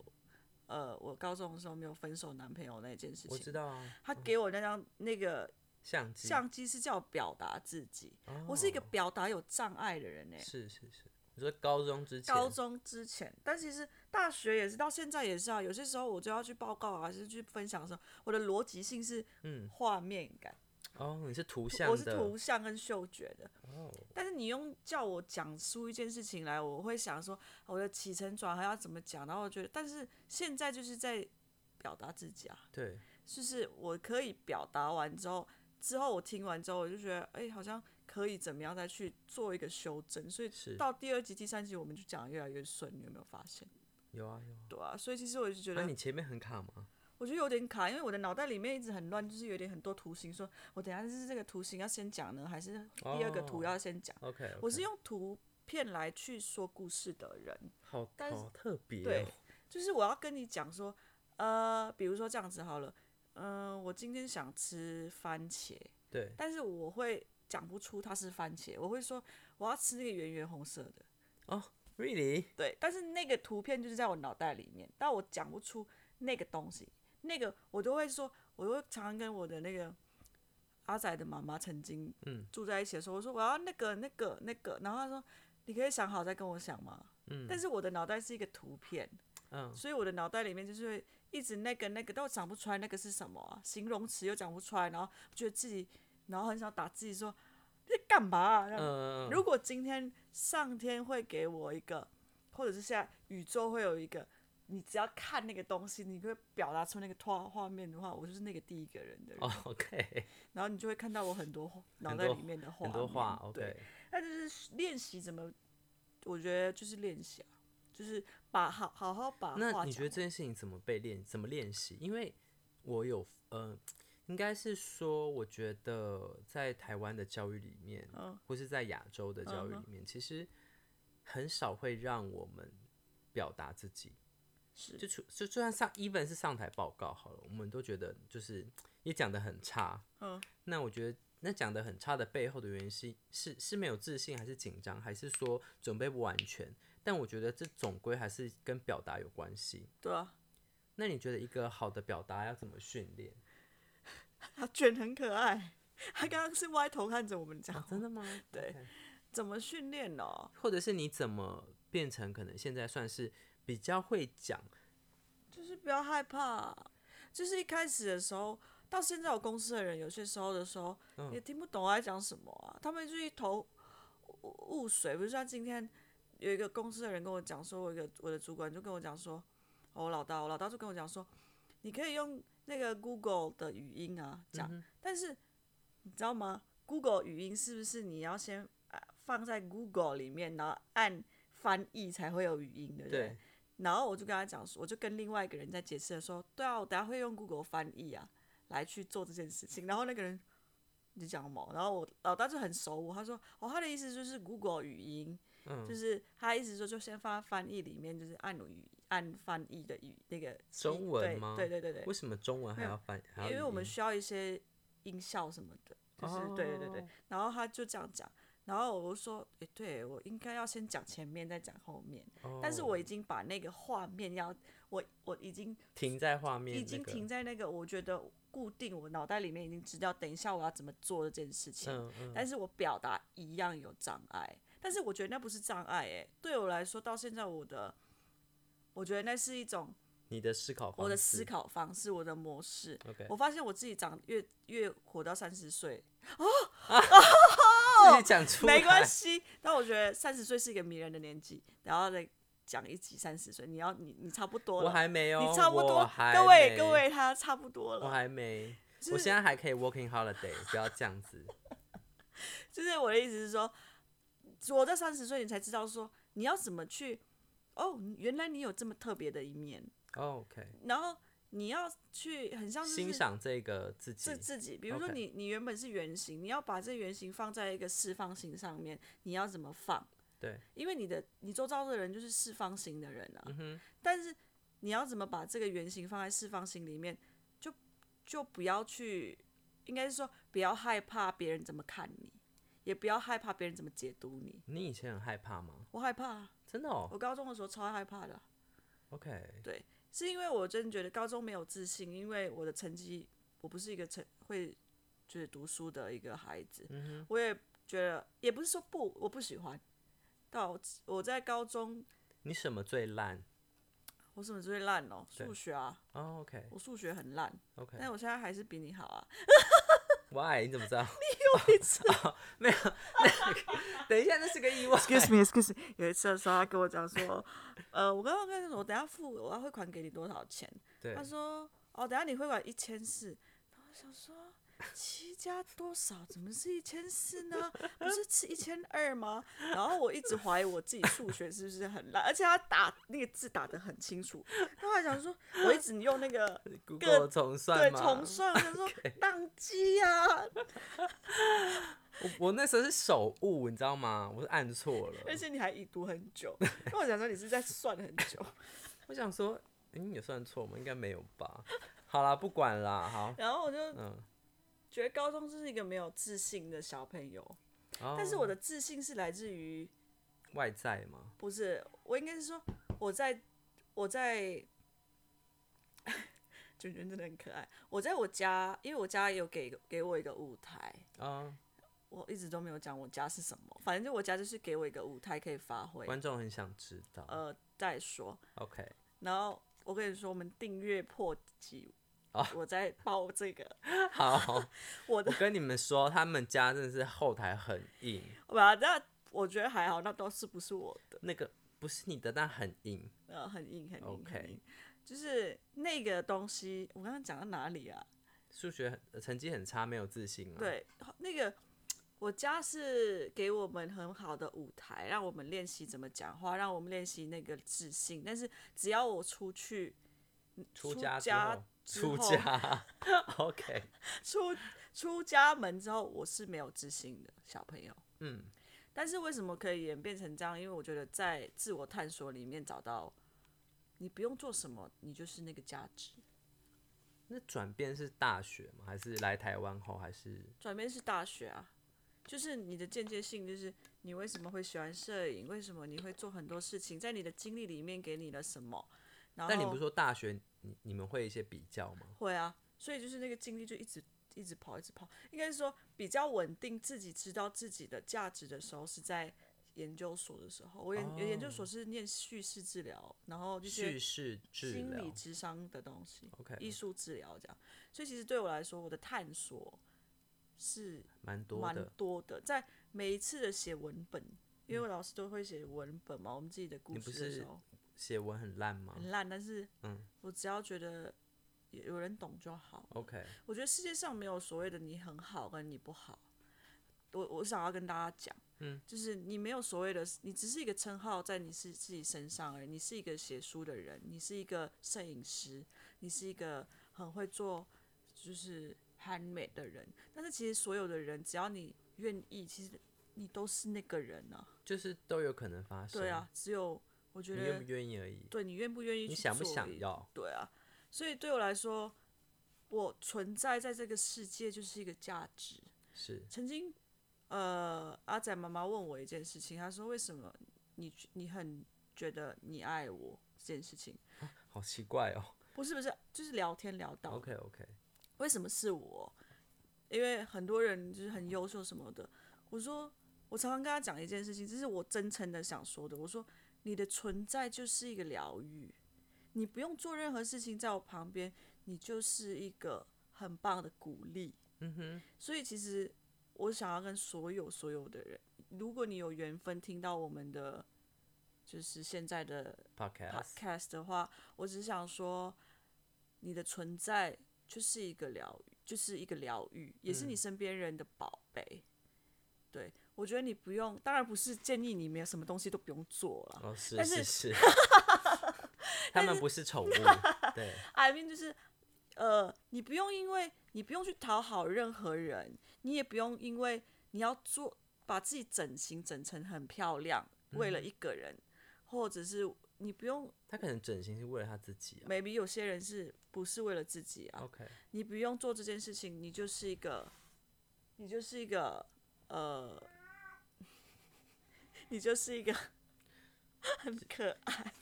呃，我高中的时候没有分手男朋友那件事我知情，道啊，他给我那张那个相机，相机是叫我表达自己，我是一个哦表达有障碍的人呢、欸是是是，你说高中之前，高中之前，但其实大学也是，到现在也是啊。有些时候我就要去报告啊，还是去分享的时候，我的逻辑性是嗯画面感，哦，你是图像的，我是图像跟嗅觉的。哦，但是你用叫我讲出一件事情来，我会想说啊我的起承转合要怎么讲，然后我觉得，但是现在就是在表达自己啊，对，就是我可以表达完之后，之后我听完之后，我就觉得，哎、好像可以怎么样再去做一个修正。所以是到第二集、第三集，我们就讲得越来越顺，你有没有发现？有啊有啊。对啊，所以其实我就觉那得你前面很卡吗？我觉得有点卡，因为我的脑袋里面一直很乱，就是有点很多图形，说我等一下是这个图形要先讲呢，还是第二个图哦要先讲？ OK，, 我是用图片来去说故事的人，好但是好特别、哦，对就是我要跟你讲说，呃，比如说这样子好了，嗯、我今天想吃番茄，对但是我会讲不出它是番茄，我会说我要吃那个圆圆红色的，哦、r e a l l y 对，但是那个图片就是在我脑袋里面，但我讲不出那个东西，那个我都会说，我都会常常跟我的那个阿仔的妈妈曾经嗯住在一起的时候，我说我要那个那个那个，然后他说你可以想好再跟我想吗？嗯但是我的脑袋是一个图片，嗯，所以我的脑袋里面就是会一直那个那个，但我讲不出来那个是什么啊，形容词又讲不出来，然后觉得自己，然后很想打自己说你在干嘛、啊？这样嗯，如果今天上天会给我一个，或者是现在宇宙会有一个，你只要看那个东西，你会表达出那个画画面的话，我就是那个第一个人的人，哦 OK，然后你就会看到我很多画脑袋多里面的画，很多话对 OK，，那就是练习怎么，我觉得就是练习啊，就是把好好好把那话你讲觉得完这件事情怎么被练，怎么练习？因为我有，呃，应该是说，我觉得在台湾的教育里面，嗯或是在亚洲的教育嗯里面，其实很少会让我们表达自己。是就出就就算上 even 是上台报告好了，我们都觉得就是也讲的很差。嗯，那我觉得那讲的很差的背后的原因是是是没有自信，还是紧张，还是说准备不完全？但我觉得这总归还是跟表达有关系。对啊，那你觉得一个好的表达要怎么训练？他卷很可爱，他刚刚是歪头看着我们讲话，真的吗？对 OK 怎么训练哦？或者是你怎么变成可能现在算是比较会讲？就是不要害怕，就是一开始的时候，到现在我公司的人，有些时候的时候、也听不懂我在讲什么啊，他们就一头雾雾水。比如像今天有一个公司的人跟我讲说，我一个我的主管就跟我讲说，哦，我老大，我老大就跟我讲说，你可以用那个 Google 的语音啊讲，但是你知道吗？Google 语音是不是你要先、呃放在 Google 里面，然后按翻译才会有语音，对不对对，然后我就跟他讲说，我就跟另外一个人在解释的说，对啊，我等下会用 Google 翻译啊来去做这件事情。然后那个人你讲什么？然后我老大就很熟我，他说哦，他的意思就是 Google 语音，嗯就是他意思说就先放在翻译里面，就是按语按翻译的语那个中文对吗对对对为对，什么中文还没有要翻？还要因为语我们音需要一些音效什么的，就是、对对对对哦。然后他就这样讲，然后我就说，诶，对我应该要先讲前面，再讲后面。但是哦我已经把那个画面要我我已经停在画面、那已经个停在那个，我觉得固定我脑袋里面已经知道，等一下我要怎么做这件事情。嗯嗯，但是我表达一样有障碍，但是我觉得那不是障碍，诶，对我来说到现在我的，我觉得那是一种你的思考方式，我的思考方式，我的模式。 ，OK， 我发现我自己长越越活到三十岁，自己讲出来，没关，系。但我觉得三十岁是一个迷人的年纪，然后再讲一集三十岁，你要你你差不多我了，还没有，你差不哦我多，还各位没各，位，他差不多我了。还没，我现在还可以 working holiday，不要这样子，就是我的意思是说，我在三十岁你才知道说你要怎么去，哦，原来你有这么特别的一面，哦 OK， 然后你要去很像是欣赏这个自己自，自己，比如说 OK 你你原本是圆形，你要把这圆形放在一个四方形上面，你要怎么放？对，因为你的你周遭的人就是四方形的人啊，但是你要怎么把这个圆形放在四方形里面，就就不要去，应该是说不要害怕别人怎么看你，也不要害怕别人怎么解读你。你以前很害怕吗？我害怕啊，真的哦我高中的时候超害怕的啊， ，OK，对，是因为我真的觉得高中没有自信，因为我的成绩，我不是一个成会就是读书的一个孩子，我也觉得也不是说不我不喜欢，到我在高中你什么最烂？我什么最烂哦？对数学啊，哦，OK 我数学很烂， OK，但我现在还是比你好啊。 Why？你怎么 知道？你有一次 没有？那个等一下，那是个意外。 Excuse me, excuse me。有一 次的时候，他跟我讲说，呃，我刚刚跟他说，我等下付，我要汇款给你多少钱？对他，说，哦，等下你汇款一千四。然后我想说，七加多少？怎么是一千四呢？不是是一千二吗？然后我一直怀疑我自己数学是不是很烂，而且他打那个字打得很清楚。然后还想说，我一直用那 个 Google 重对算吗？重算，我想 说宕机啊呀、我我那时候是手误，你知道吗？我是按错了。而且你还已读很久。那我想说你是在算很久。我想说，嗯、有算错吗？应该没有吧。好啦，不管啦，好，然后我就嗯。觉得高中就是一个没有自信的小朋友，但但是我的自信是来自于哦外在嘛，不是，我应该是说我在我在卷卷真的很可爱。我在我家，因为我家有给给我一个舞台，啊，我一直都没有讲我家是什么，反正就我家就是给我一个舞台可以发挥。观众很想知道。呃，再说， OK，然后我跟你说，我们订阅破几，啊 我在报这个好， 我的我跟你们说，他们家真的是后台很硬，我把那我觉得还好，那都是不是我的，那个不是你的，但很硬。呃，很硬很硬很 OK 硬就是那个东西，我刚刚讲到哪里啊？数学很呃成绩很差，没有自信啊。，对，那个我家是给我们很好的舞台，让我们练习怎么讲话，让我们练习那个自信。但是只要我出去嗯出出家之家后，之出后 家，OK，出出家门之后，我是没有自信的小朋友。嗯，但是为什么可以演变成这样？因为我觉得在自我探索里面找到，你不用做什么，你就是那个价值。那转变是大学吗？还是来台湾后？还是转变是大学啊，就是你的间接性，就是你为什么会喜欢摄影，为什么你会做很多事情，在你的经历里面给你了什么。然后但你不是说大学你你们会一些比较吗？会啊，所以就是那个经历就一直一直跑，一直跑。应该是说比较稳定，自己知道自己的价值的时候是在研究所的时候。我研、研究所是念叙事治疗，然后就哦叙是事治心疗理智商的东西 OK，艺术治疗这样。所以其实对我来说，我的探索是蛮多蛮的。嗯多的，在每一次的写文本。因为我老师都会写文本嘛，我们自己的故你不事的时是候写文很烂吗很烂，但是嗯我只要觉得有有人懂就好。 ？OK，我觉得世界上没有所谓的你很好跟你不好。我我想要跟大家讲，嗯，就是你没有所谓的，你只是一个称号在你是自己身上而已。你是一个写书的人，你是一个摄影师，你是一个很会做就是 handmade 的人。但是其实所有的人，只要你愿意，其实你都是那个人啊。就是都有可能发生。对啊，，只有我觉你愿得不愿意而已。对你愿不愿意去你想不做想而已要？对啊，所以对我来说，我存在在这个世界就是一个价值。是曾经，呃，阿仔妈妈问我一件事情，她说：“为什么你你很觉得你爱我这件事情？”好奇怪 哦。不是不是，就是聊天聊到 OK OK，为什么是我？因为很多人就是很优秀什么的。我说，我常常跟他讲一件事情，这是我真诚的想说的。我说，你的存在就是一个疗愈，你不用做任何事情，在我旁边，你就是一个很棒的鼓励。嗯哼。所以其实我想要跟所有所有的人，如果你有缘分听到我们的，就是现在的 Podcast podcast 的话，我只想说，你的存在就是一个疗愈，就是一个疗愈，也是你身边人的宝贝。对我觉得你不用，当然不是建议你没有什么东西都不用做了。哦，是但是是 是，他们不是宠物，对， I mean 就是，呃，你不用因为你不用去讨好任何人，你也不用因为你要做把自己整形整成很漂亮，为了一个人，或者是你不用他可能整形是为了他自己啊。 ，maybe 有些人是不是为了自己啊？ OK，你不用做这件事情，你就是一个，你就是一个，呃，你就是一个很可爱，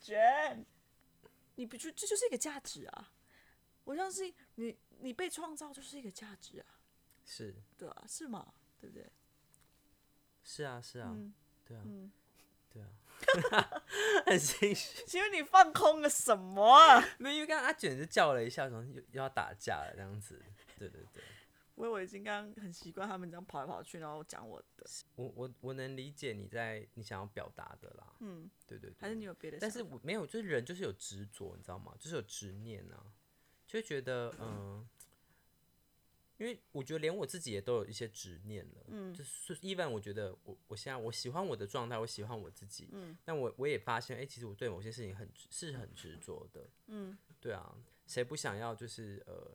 卷，你不就这就是一个价值啊！我相信你，你被创造就是一个价值啊，是对啊，是吗？对不对？是啊是啊，嗯对啊嗯，对啊， 很心虚。 请问你放空了什么啊？没有，因为刚刚阿卷是叫了一下，然后又又要打架了这样子。对对对， 我以为已经刚刚很习惯他们这样跑来跑去，然后讲我的，我我我能理解你在你想要表达的啦。嗯，对对对。还是你有别的想但法？是我没有，就是人就是有执着，你知道吗？就是有执念啊，就会觉得嗯、因为我觉得连我自己也都有一些执念了，嗯，就是一般我觉得我我现在我喜欢我的状态，我喜欢我自己，嗯，但我我也发现，哎、其实我对某些事情很执是很执着的，嗯，对啊，谁不想要就是呃，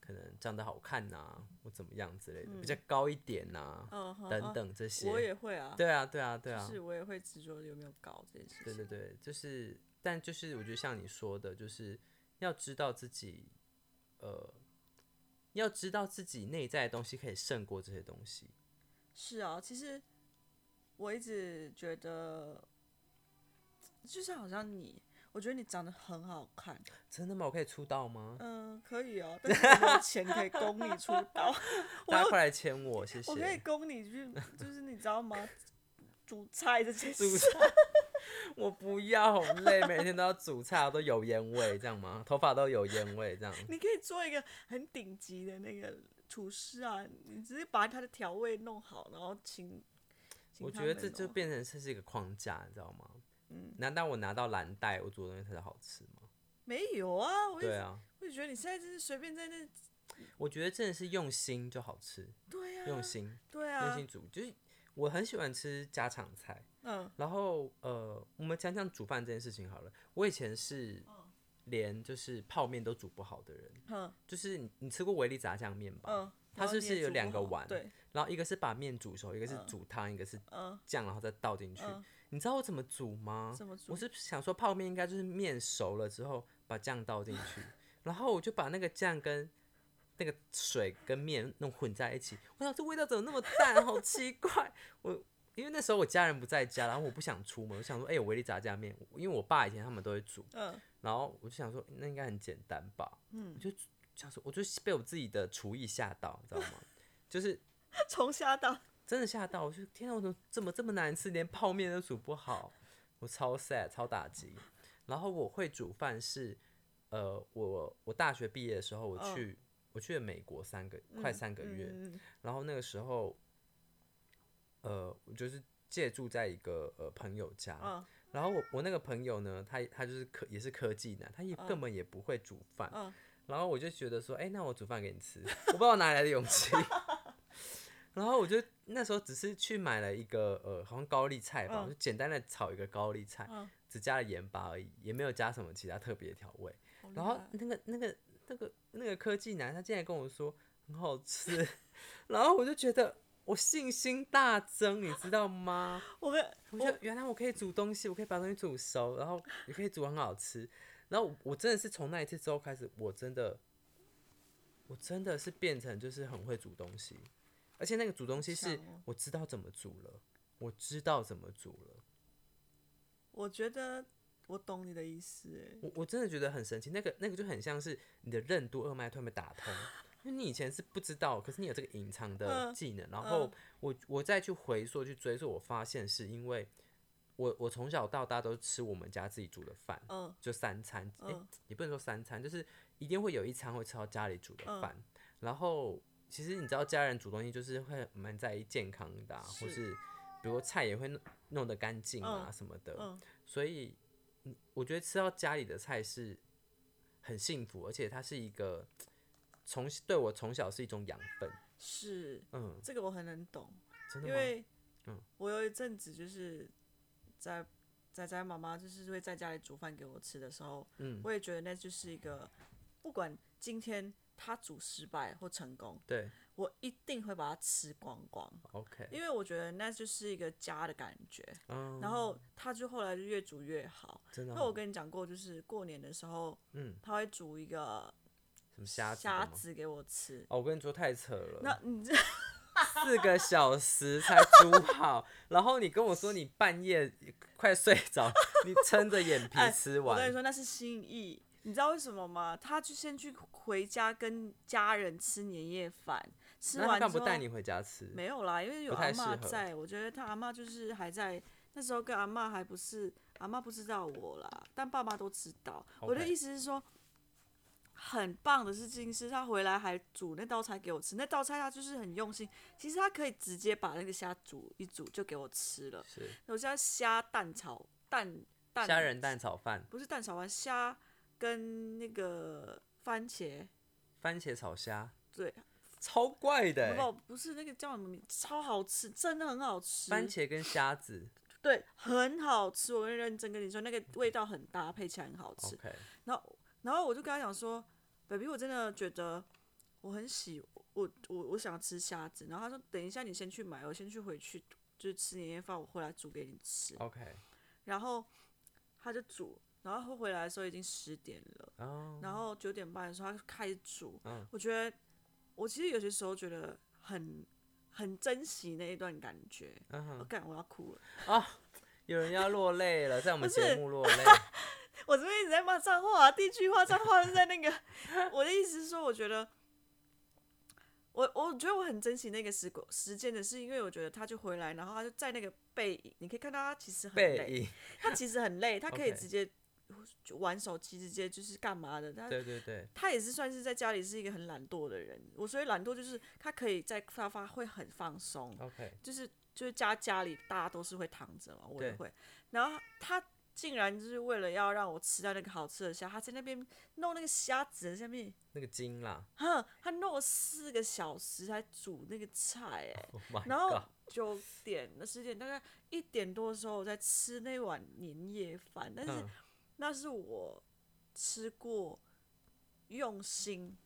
可能长得好看呐、或怎么样之类的，比较高一点呐、嗯哼等等这些，我也会啊，对啊，对啊，对啊，是我也会执着有没有搞这件事对情。对对，就是，但就是我觉得像你说的，就是要知道自己，呃，要知道自己内在的东西可以胜过这些东西。是啊，其实我一直觉得，就是好像你，我觉得你长得很好看，真的吗？我可以出道吗？嗯，可以哦，但是我没有钱可以供你出 道，大家快来签我，谢我可以谢。供你去，就是你知道吗？煮菜这件煮事，菜， 我不要，好累，每天都要煮菜，都有烟味，这样吗？头发都有烟味， 这样。你可以做一个很顶级的那个厨师啊，你直接把它的调味弄好，然后请。请我他觉得们这就哦变成这是一个框架，你知道吗？嗯。难道我拿到蓝带，我煮的东西才是好吃吗？没有啊，我就对啊，我就觉得你现在真是随便在那，我觉得真的是用心就好吃，对啊，用，心。对用啊心，煮，就是我很喜欢吃家常菜。嗯然后呃，我们讲讲煮饭这件事情好了。我以前是连就是泡面都煮不好的人，哼就是你你吃过维力炸酱面吧？嗯，它然后是不你也是有煮两不个好碗对，然后一个是把面煮熟，一个是嗯煮汤，一个是嗯，酱，然后再倒进去。嗯你知道我怎么煮吗？怎么煮啊我是想说泡面应该就是面熟了之后把酱倒进去，然后我就把那个酱跟那个水跟面弄混在一起。我想这味道怎么那么淡，好奇怪。我因为那时候我家人不在家，然后我不想出门，我想说，哎、有维力炸酱面，因为我爸以前他们都会煮，嗯 然后我就想说那应该很简单吧，嗯，我就想说我就被我自己的厨艺吓到，你知道吗？ 就是从下到真的吓到，我就天啊，我怎么怎么这么难吃，连泡面都煮不好，我超 sad，超打击。然后我会煮饭是，呃，我我大学毕业的时候，我嗯去、我去了美国三个快三个月，嗯嗯然后那个时候，呃，我就是借住在一个呃朋友家，嗯然后我我那个朋友呢，他他就是科也是科技男，他也根本也不会煮饭，嗯然后我就觉得说，哎、那我煮饭给你吃，我不知道哪里来的勇气。 然后我就那时候只是去买了一个呃，好像高丽菜吧，嗯我就简单的炒一个高丽菜，嗯只加了盐巴而已，也没有加什么其他特别的调味。嗯好厉然后害那个那个那个那个科技男，他竟然跟我说很好吃， 然后我就觉得我信心大增，你知道吗？我们我觉得原来我可以煮东西，我可以把东西煮熟，然后也可以煮很好吃。然后我我真的是从那一次之后开始，我真的，我真的是变成就是很会煮东西，而且那个煮东西是强哦我知道怎么煮了，我知道怎么煮了，我觉得我懂你的意思欸，我我真的觉得很神奇。那个那个就很像是你的任督二脉突然被打通，因为你以前是不知道，可是你有这个隐藏的嗯技能。然后嗯我我再去回溯去追溯，我发现是因为我我从小到大都吃我们家自己煮的饭，嗯就三餐，哎、嗯也不能说三餐，就是一定会有一餐会吃到家里煮的嗯饭。然后其实你知道，家人煮东西就是会蛮在意健康的、啊，或是是比如菜也会弄弄得干净啊嗯什么的。嗯所以，嗯我觉得吃到家里的菜是很幸福，而且它是一个从对我从小是一种养分。是嗯，这个我很能懂，真的因吗？为嗯我有一阵子就是在仔仔妈妈就是会在家里煮饭给我吃的时候，嗯，我也觉得那就是一个不管今天他煮失败或成功，对我一定会把它吃光光， ，OK，因为我觉得那就是一个家的感觉。嗯，然后他就后来就越煮越好。真的那我哦、跟你讲过，就是过年的时候，嗯，他会煮一个什么虾子的虾吗子给我吃。哦，我跟你说太扯了。那你这 四个小时才煮好，然后你跟我说你半夜快睡着，你撑着眼皮 哎吃我跟完你，说那是心意，你知道为什么吗？他就先去回家跟家人吃年夜饭，吃那他完之干后不带你回家吃？没有啦，因为有不太阿适妈合在，我觉得他阿妈就是还在那时候跟阿妈还不是阿妈不知道我啦，但爸妈都知道。我的 OK 意思是说，很棒的事情是他回来还煮那道菜给我吃，那道菜他就是很用心。其实他可以直接把那个虾煮一煮就给我吃了。是我叫虾蛋炒蛋蛋虾仁蛋炒饭、不是蛋炒完虾跟那个番茄番茄炒虾、对超怪的好不好？欸，不是那个叫什么名，超好吃，真的很好吃。番茄跟虾子。对，很好吃，我认真跟你说，那个味道很搭配起来很好吃。 OK，然后然后我就跟他讲说，baby，我真的觉得我很喜我我我想吃虾子，然后他说等一下你先去买，我先去回去就是吃年夜饭，我回来煮给你吃。 OK，然后他就煮，然后回来的时候已经十点了，哦，然后九点半的时候他就开始煮。嗯我觉得我其实有些时候觉得很很珍惜那一段感觉。嗯我哼，感、我要哭了，有人要落泪了，在我们不是节目落泪。我这边一直在骂脏话、啊，第一句话脏话是在那个， 我的意思是说，我觉得。我我觉得我很珍惜那个时光时间的是，因为我觉得他就回来，然后他就在那个背影，你可以看到他其实很背累，影，他其实 很累，他可以 OK 直接就玩手机，直接就是干嘛的，他对对对，他也是算是在家里是一个很懒惰的人。我所以懒惰就是他可以在沙发会很放松， OK，就是就是家家里大家都是会躺着嘛，我也对会。然后他竟然就是为了要让我吃到那个好吃的虾，他在那边弄那个虾子的下面，那个筋啦哼，他弄了四个小时才煮那个菜、 哎， ，Oh my 然后 god，九点那十点大概一点多的时候，我在吃那碗年夜饭，但是嗯，那是我吃过用心、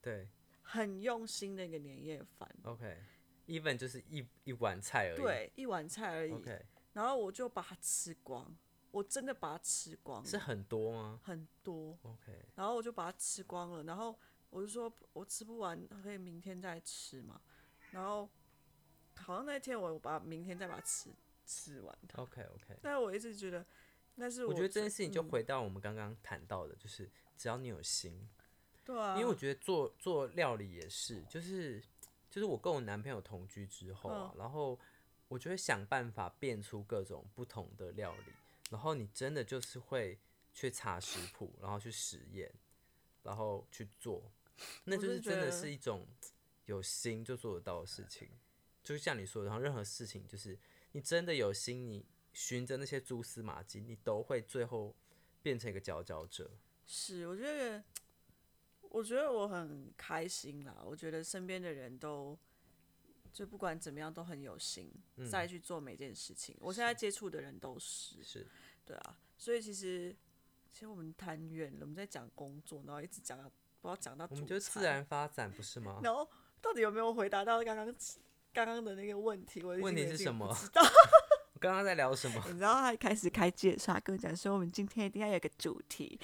对很用心的一个年夜饭， ，OK，even 就是一一碗菜而已。对，一碗菜而已。 ，OK，然后我就把它吃光，我真的把它吃光是了，很多吗很多。 ？OK，然后我就把它吃光了，然后我就说我吃不完，可以明天再吃嘛。然后好像那一天我把明天再把它吃吃完它， OK OK，但是我一直觉得那是我觉得这件最事情就嗯回到我们刚刚谈到的，就是只要你有心，对啊，因为我觉得做做料理也是，就是就是我跟我男朋友同居之后啊，嗯然后我就会想办法变出各种不同的料理，然后你真的就是会去查食谱，然后去实验，然后去做，那我就就是真觉的得是一种有心就做得到的事情，就像你说的，然后任何事情就是你真的有心，你循着那些蛛丝马迹，你都会最后变成一个佼佼者。是，我觉得，我觉得我很开心啦。我觉得身边的人都，就不管怎么样都很有心，嗯再去做每件事情。我现在接触的人都是，是，对啊。所以其实，其实我们谈远了，我们在讲工作，然后一直讲到不知道讲到我们煮就自菜。然发展，不是吗？然后到底有没有回答到刚刚刚刚的那个问题？我已问经题有是点什不么知道。我刚刚在聊 什么？你知道他一开始开介绍，他跟我讲说我们今天一定要有个主题，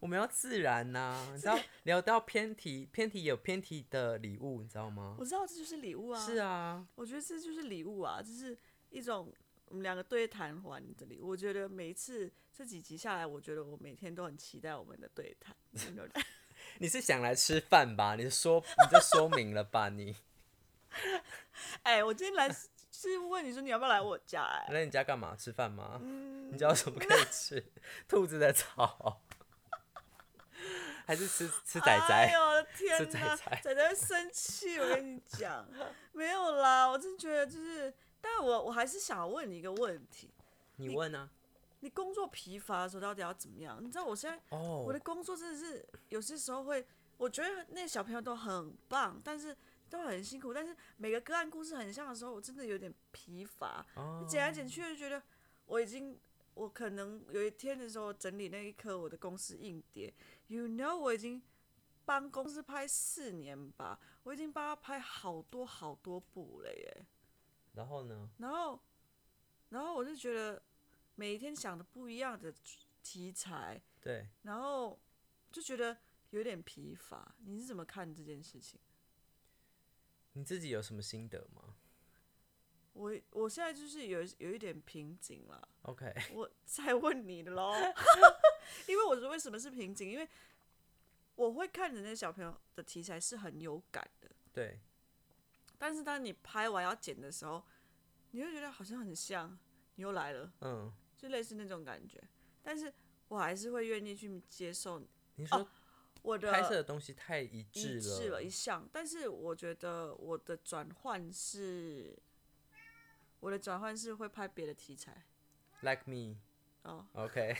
我们要自然呐、你知道聊到偏题，偏题有偏题的礼物，你知道吗我？知道这就是礼物啊。是啊，我觉得这就是礼物啊，这是一种我们两个对谈完的礼物。我觉得每一次这几集下来，我觉得我每天都很期待我们的对谈。 你有你是想来吃饭吧？你说你这说明了吧？你哎，我今天来是是问你说你要不要来我家、哎，来你家干嘛？吃饭吗？嗯你知道什么可以吃？兔子的草，还是吃吃仔哎仔？呦我的天是哪，仔仔仔仔会生气，我跟你讲，没有啦，我真觉得就是，但我我还是想问你一个问题。你问啊？你工作疲乏的时候到底要怎么样？你知道我现在我哦的，工作真的是有些时候会，我觉得那小朋友都很棒，但是都很辛苦，但是每个个案故事很像的时候，我真的有点疲乏。哦剪来剪去就觉得我已经，我可能有一天的时候整理那一颗我的公司硬碟，you know 我已经帮公司拍四年吧，我已经帮他拍好多好多部了耶。然后呢？然后，然后我就觉得每一天想的不一样的题材，对，然后就觉得有点疲乏。你是怎么看这件事情？你自己有什么心得吗我我现在就是有有一点瓶颈了， ？OK， 我再问你的喽。因为我说为什么是瓶颈，因为我会看着那些小朋友的题材是很有感的，对，但是当你拍完要剪的时候，你会觉得好像很像，你又来了，嗯，就类似那种感觉。但是我还是会愿意去接受你说我的拍摄的东西太一致哦呃一了，致了一项，但是我觉得我的转换是，我的转换是会拍别的 题材 l i k e 哦， me，OK，、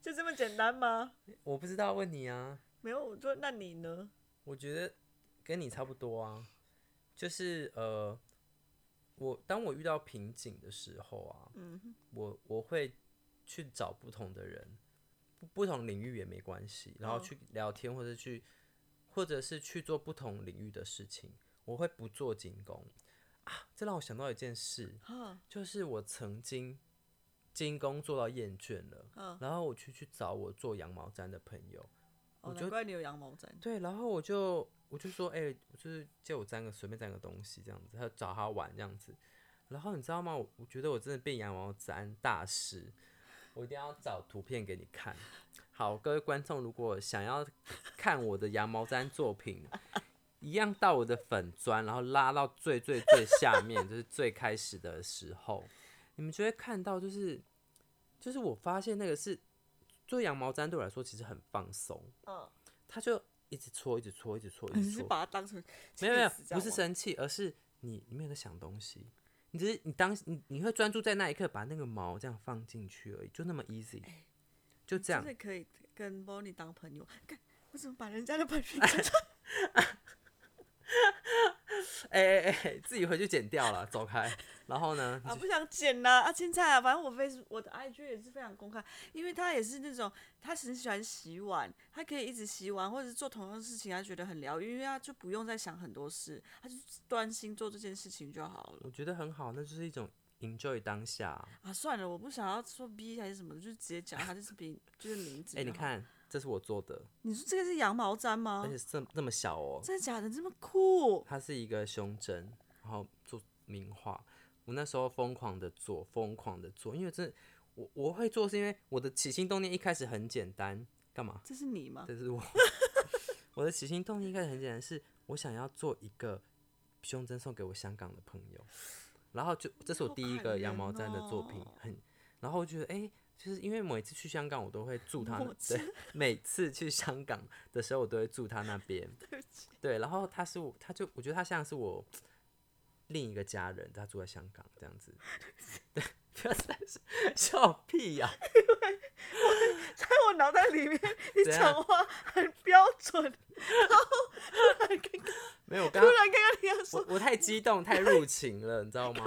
就这么简单吗？我不知道问你啊，没有，我说那你呢？我觉得跟你差不多啊，就是呃，我当我遇到瓶颈的时候啊，嗯，我我会去找不同的人，不不同领域也没关系，然后嗯去聊天或者去，或者是去做不同领域的事情，我会不做精工啊，这让我想到一件事，哈，就是我曾经精工做到厌倦了，嗯然后我去去找我做羊毛毡的朋友，哦，我难就怪你有羊毛毡，对，然后我就我就说，哎、我就是借我粘个随便粘个东西这样子，他就找他玩这样子。然后你知道吗？我我觉得我真的变羊毛毡大师，我一定要找图片给你看。好，各位观众，如果想要看我的羊毛毡作品，一样到我的粉砖，然后拉到最最最下面，就是最开始的时候，你们就会看到，就是就是我发现那个是做羊毛毡对我来说其实很放松，嗯，他就一直搓，一直搓，一直搓，一你直是搓。把它当成没有没有气死，这不样是吗生气，而是你你没有在想东西，你只是你当你你会专注在那一刻，把那个毛这样放进去而已，就那么 easy，就这样哎真。的可以跟 Bonnie 当朋友。干，我怎么把人家的 本名讲出来？哎哎哎，自己回去剪掉了，走开。然后呢， 啊，不想剪了啊！现在啊，反正我 Face 我的 IG 也是非常公开，因为他也是那种他很喜欢洗碗，他可以一直洗碗，或者是做同样的事情，他觉得很疗愈，因为他就不用再想很多事，他就专心做这件事情就好了。我觉得很好，那就是一种 enjoy 当下 啊。啊，算了，我不想要说 B 还是什么的，就直接讲他就是 B，就是名字。哎、你，看，哎这是我做的，你说这个是羊毛毡吗而？且这这么小哦，真的假的？这么酷？它是一个胸针，然后做名画。我那时候疯狂的做，疯狂的做，因为真的我我会做，是因为我的起心动念一开始很简单，干嘛？这是你吗？这是 我我的起心动念一开始很简单，是我想要做一个胸针送给我香港的朋友，然后就这是我好第一感个羊人毛毡的作品，哦很，然后我觉得哎、诶就是因为每次去香港我都会住他那我，对，每次去香港的时候我都会住他那 边，对，然后他是我，他就我觉得他像是我另一个家人，他住在香港这样 子， 对，不要再笑笑屁啊呀、在我脑袋 里面，你怎样讲话很标准，然后突然刚刚没有，我刚突然刚刚你要我说我太激动太入情了，你知 道吗？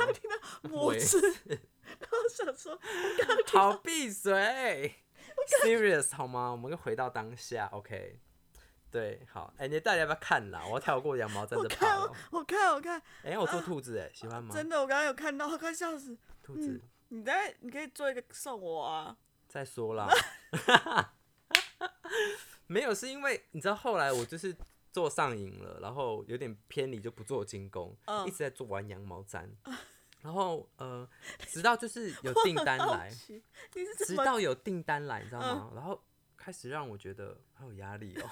母喂子， 然后想说 好闭嘴，serious 好吗？我们又回到当下，OK。对，好，哎、你到底要不要看啦？我要跳过羊毛毡我的看跑了。我看我看，哎、我做兔子、哎，喜欢吗？真嗯的我刚刚有看到，快笑死！兔子，你在你可以做一个送我啊，再说 啦。 没有，是因为你知道后来我就是做上瘾了，然后有点偏离，就不做精工，嗯啊一直在做玩羊毛毡。然后呃，直到就是有订单 好来，奇你是怎直么嗯到有订单来，你知道吗？然后开始让我觉得好有压力哦。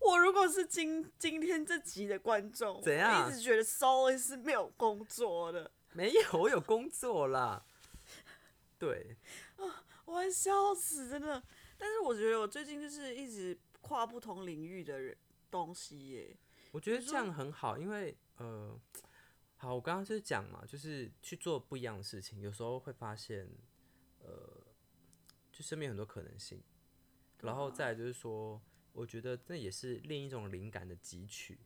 我如果是今今天这集的观众，怎样我一直觉得 Solo 是没有工作的， 没有，我有工作啦。对，我要笑死，真的。但是我觉得我最近就是一直跨不同领域的人东西耶，我觉得你这说样很好，因为呃，好，我刚刚就是讲嘛，就是去做不一样的事情，有时候会发现，呃，就身边有很多可能性。然啊后再来就是说，我觉得那也是另一种灵感的汲取。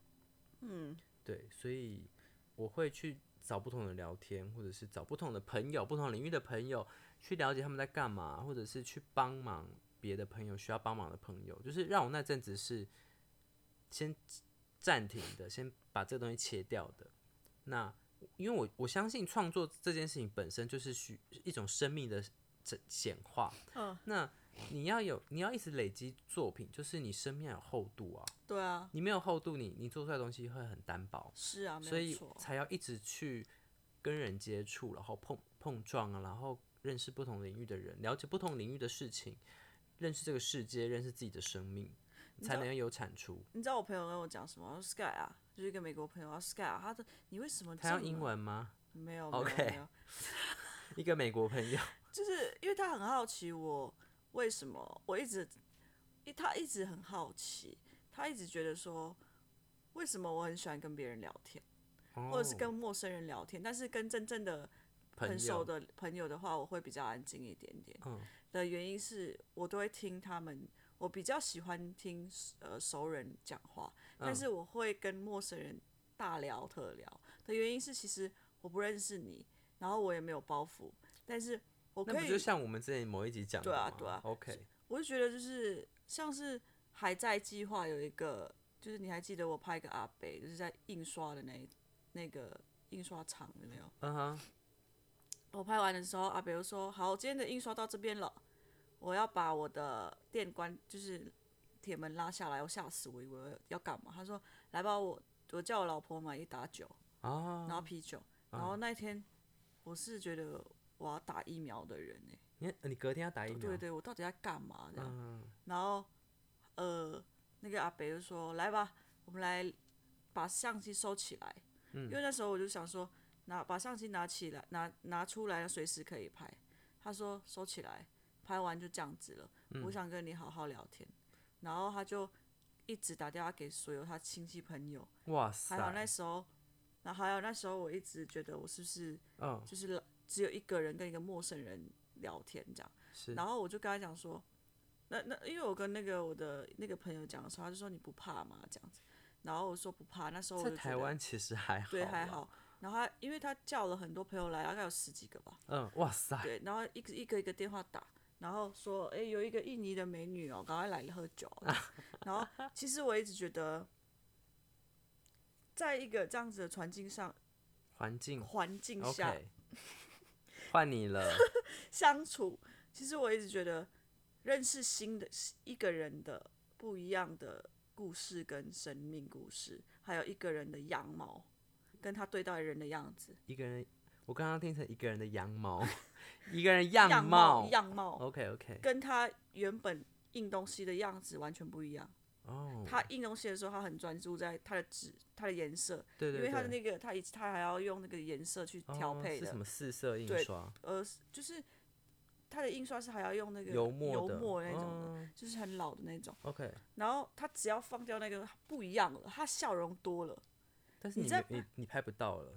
嗯。对，所以我会去找不同的聊天，或者是找不同的朋友、不同领域的朋友，去了解他们在干嘛，或者是去帮忙别的朋友需要帮忙的朋友，就是让我那阵子是先暂停的，先把这个东西切掉的。那因为我我相信创作这件事情本身就是需一种生命的展显化，嗯，那你要有你要一直累积作品，就是你生命要有厚度啊，对啊，你没有厚度你，你做出来的东西会很单薄。是啊，所没有以错。才要一直去跟人接触，然后碰碰撞啊，然后认识不同领域的人，了解不同领域的事情，认识这个世界，认识自己的生命，才能有产出。你知道我朋友跟我讲什么他说？Sky 啊，就是一个美国朋友啊，Sky 啊，他的你为什么他这用么英？文吗？没有 OK 没有没有，一个美国朋友，就是因为他很好奇我为什么我一直，一他一直很好奇，他一直觉得说为什么我很喜欢跟别人聊天， 或者是哦跟陌生人聊天，但是跟真正的朋很友，熟嗯的朋友的话，我会比较安静一点点。嗯，的原因是我都会听他们我比较喜欢听呃熟人讲话，但嗯是我会跟陌生人大聊特聊的原因是，其实我不认识你，然后我也没有包袱，但是我那可不以就像我们之前某一集讲的对啊吗对啊，OK，我就觉得就是像是还在计划有一个，就是你还记得我拍一个阿北，就是在印刷的那一那个印刷厂有没有？嗯哼，我拍完的时候，阿北就说：“好，今天的印刷到这边了，我要把我的店关，就是铁门拉下来。”我吓死我，以为要干嘛？他说：“来吧，我我叫我老婆买一打酒，然啊，后啤酒。然后那一天，我是觉得我要打疫苗的人哎、你你隔天要打疫苗，对对，我到底在干嘛这样？嗯，然后呃，那个阿北就说：“来吧，我们来把相机收起来。嗯因为那时候我就想说，拿把相机拿起来，拿拿出来，随时可以拍。他说收起来，拍完就这样子了。嗯我想跟你好好聊天。然后他就一直打电话给所有他亲戚朋友，哇塞还，好那时候，然后还有那时候我一直觉得我是不是嗯，就是只有一个人跟一个陌生人聊天这样。是，然后我就跟他讲说，那那因为我跟那个我的那个朋友讲的时候，他就说你不怕吗？这样子，然后我说不怕。那时候我在就觉台得湾其实还好，啊对还，好。然后他因为他叫了很多朋友来，大概有十几个吧，嗯，哇塞，对，然后一个一个一个电话打，然后说哎、有一个印尼的美女哦、赶快来喝酒啊哦。然后其实我一直觉得，在一个这样子的环境上环境环境下嗯 OK，换你 了，相处，其实我一直觉得认识新的一个人的不一样的故事跟生命故事，还有一个人的样貌，跟他对待人的样子，一个人，我刚刚听成一个人的羊毛， 一个人样样貌样貌 o k OK，跟他原本印东西的样子完全不一样。哦，他印东西的时候，他很专注在他的纸、他的颜色，对对对，因为他的那个他以他还要用那个颜色去调哦配是的什，么四色印对刷，呃，就是他的印刷是还要用那个油墨的墨那种的，哦就是很老的那种。 OK，然后他只要放掉那个不一样了，他笑容多了，但是你你在没你你拍不到了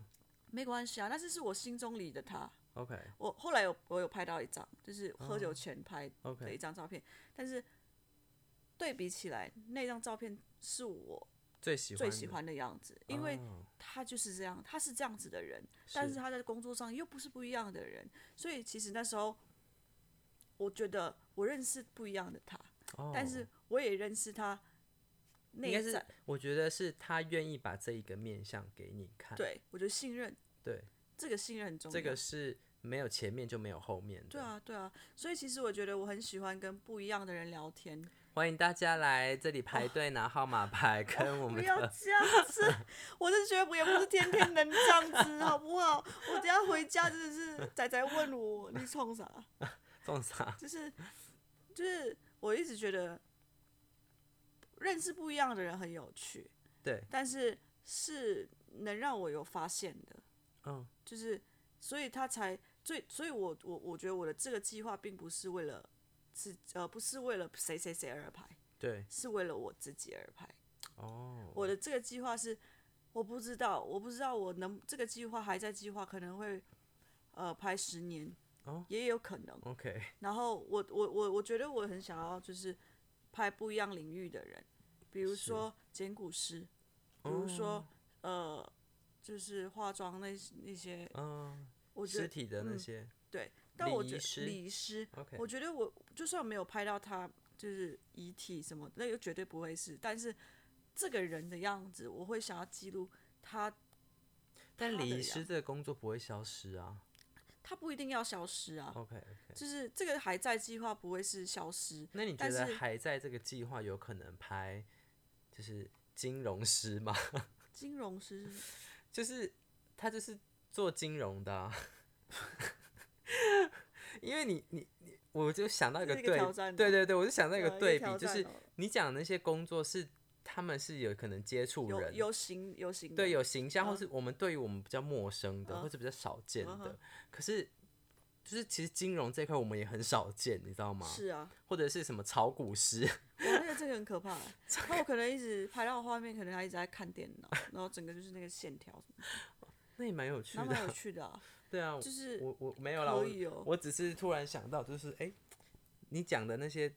没关系啊。那这是我心中里的他。 ，OK 我后来有我有拍到一张，就是喝酒前拍的一哦 OK，张照片，但是对比起来，那张照片是我最喜欢最的喜，欢的样子，因为哦他就是这样，他是这样子的人，但是他在工作上又不是不一样的人，所以其实那时候我觉得我认识不一样的他，但是我也认识他哦应内该是在，我觉得是他愿意把这一个面相给你看，对我觉得信任。对，这个信任很重要。这个是没有前面就没有后面的，对啊，对啊，所以其实我觉得我很喜欢跟不一样的人聊天。欢迎大家来这里排队拿号码牌，跟我哦不们要的这样子，我是觉得我也不是天天能这样子，好不好？我等一下回家真的是仔仔问我你冲啥，送啥就是就是我一直觉得认识不一样的人很有趣，对，但是是能让我有发现的。嗯，就是所以他才最，所以我我我觉得我的这个计划并不是为了是呃不是为了谁谁谁而拍，对，是为了我自己而拍。哦，我的这个计划是我不知道，我不知道我能这个计划还在计划，可能会呃拍十年，哦也有可能。 OK，然后我我我我觉得我很想要就是拍不一样领域的人，比如说剪骨师，比如说、呃就是化妆那那些，哦嗯，我觉尸得体的那些，嗯对，但我礼觉仪师得礼仪师 OK 我觉得我就算没有拍到他就是遗体什么的，那个绝对不会是，但是这个人的样子，我会想要记录他，但他的礼仪样师这个工作不会消失啊他不一定要消失啊， ，OK OK。就是这个还在计划不会是消失，那你觉但得是还在这个计划有可能拍就是金融师吗？ 金融师就是他就是做金融的、啊， 因为你你你，我就想到一这个是一对个挑战对哦对对，我就想到一对个啊对挑比，就战是哦你讲的那些工作是他们是有可能接触有人，有形有形的对，有形象，或嗯是我们对于我们比较陌生的，嗯或是比较少见嗯的哼。可是，就是其实金融这块我们也很少见，你知道吗？是啊，或者是什么炒股师，我那个这个很可 怕、欸，他有可能一直拍到画面，可能他一直在看电脑，然后整个就是那个线条什么的，那也蛮有趣然后蛮有的。趣的、啊，对啊，我就是我我没有啦，可我以哦、我只是突然想到，就是哎、诶你讲的那些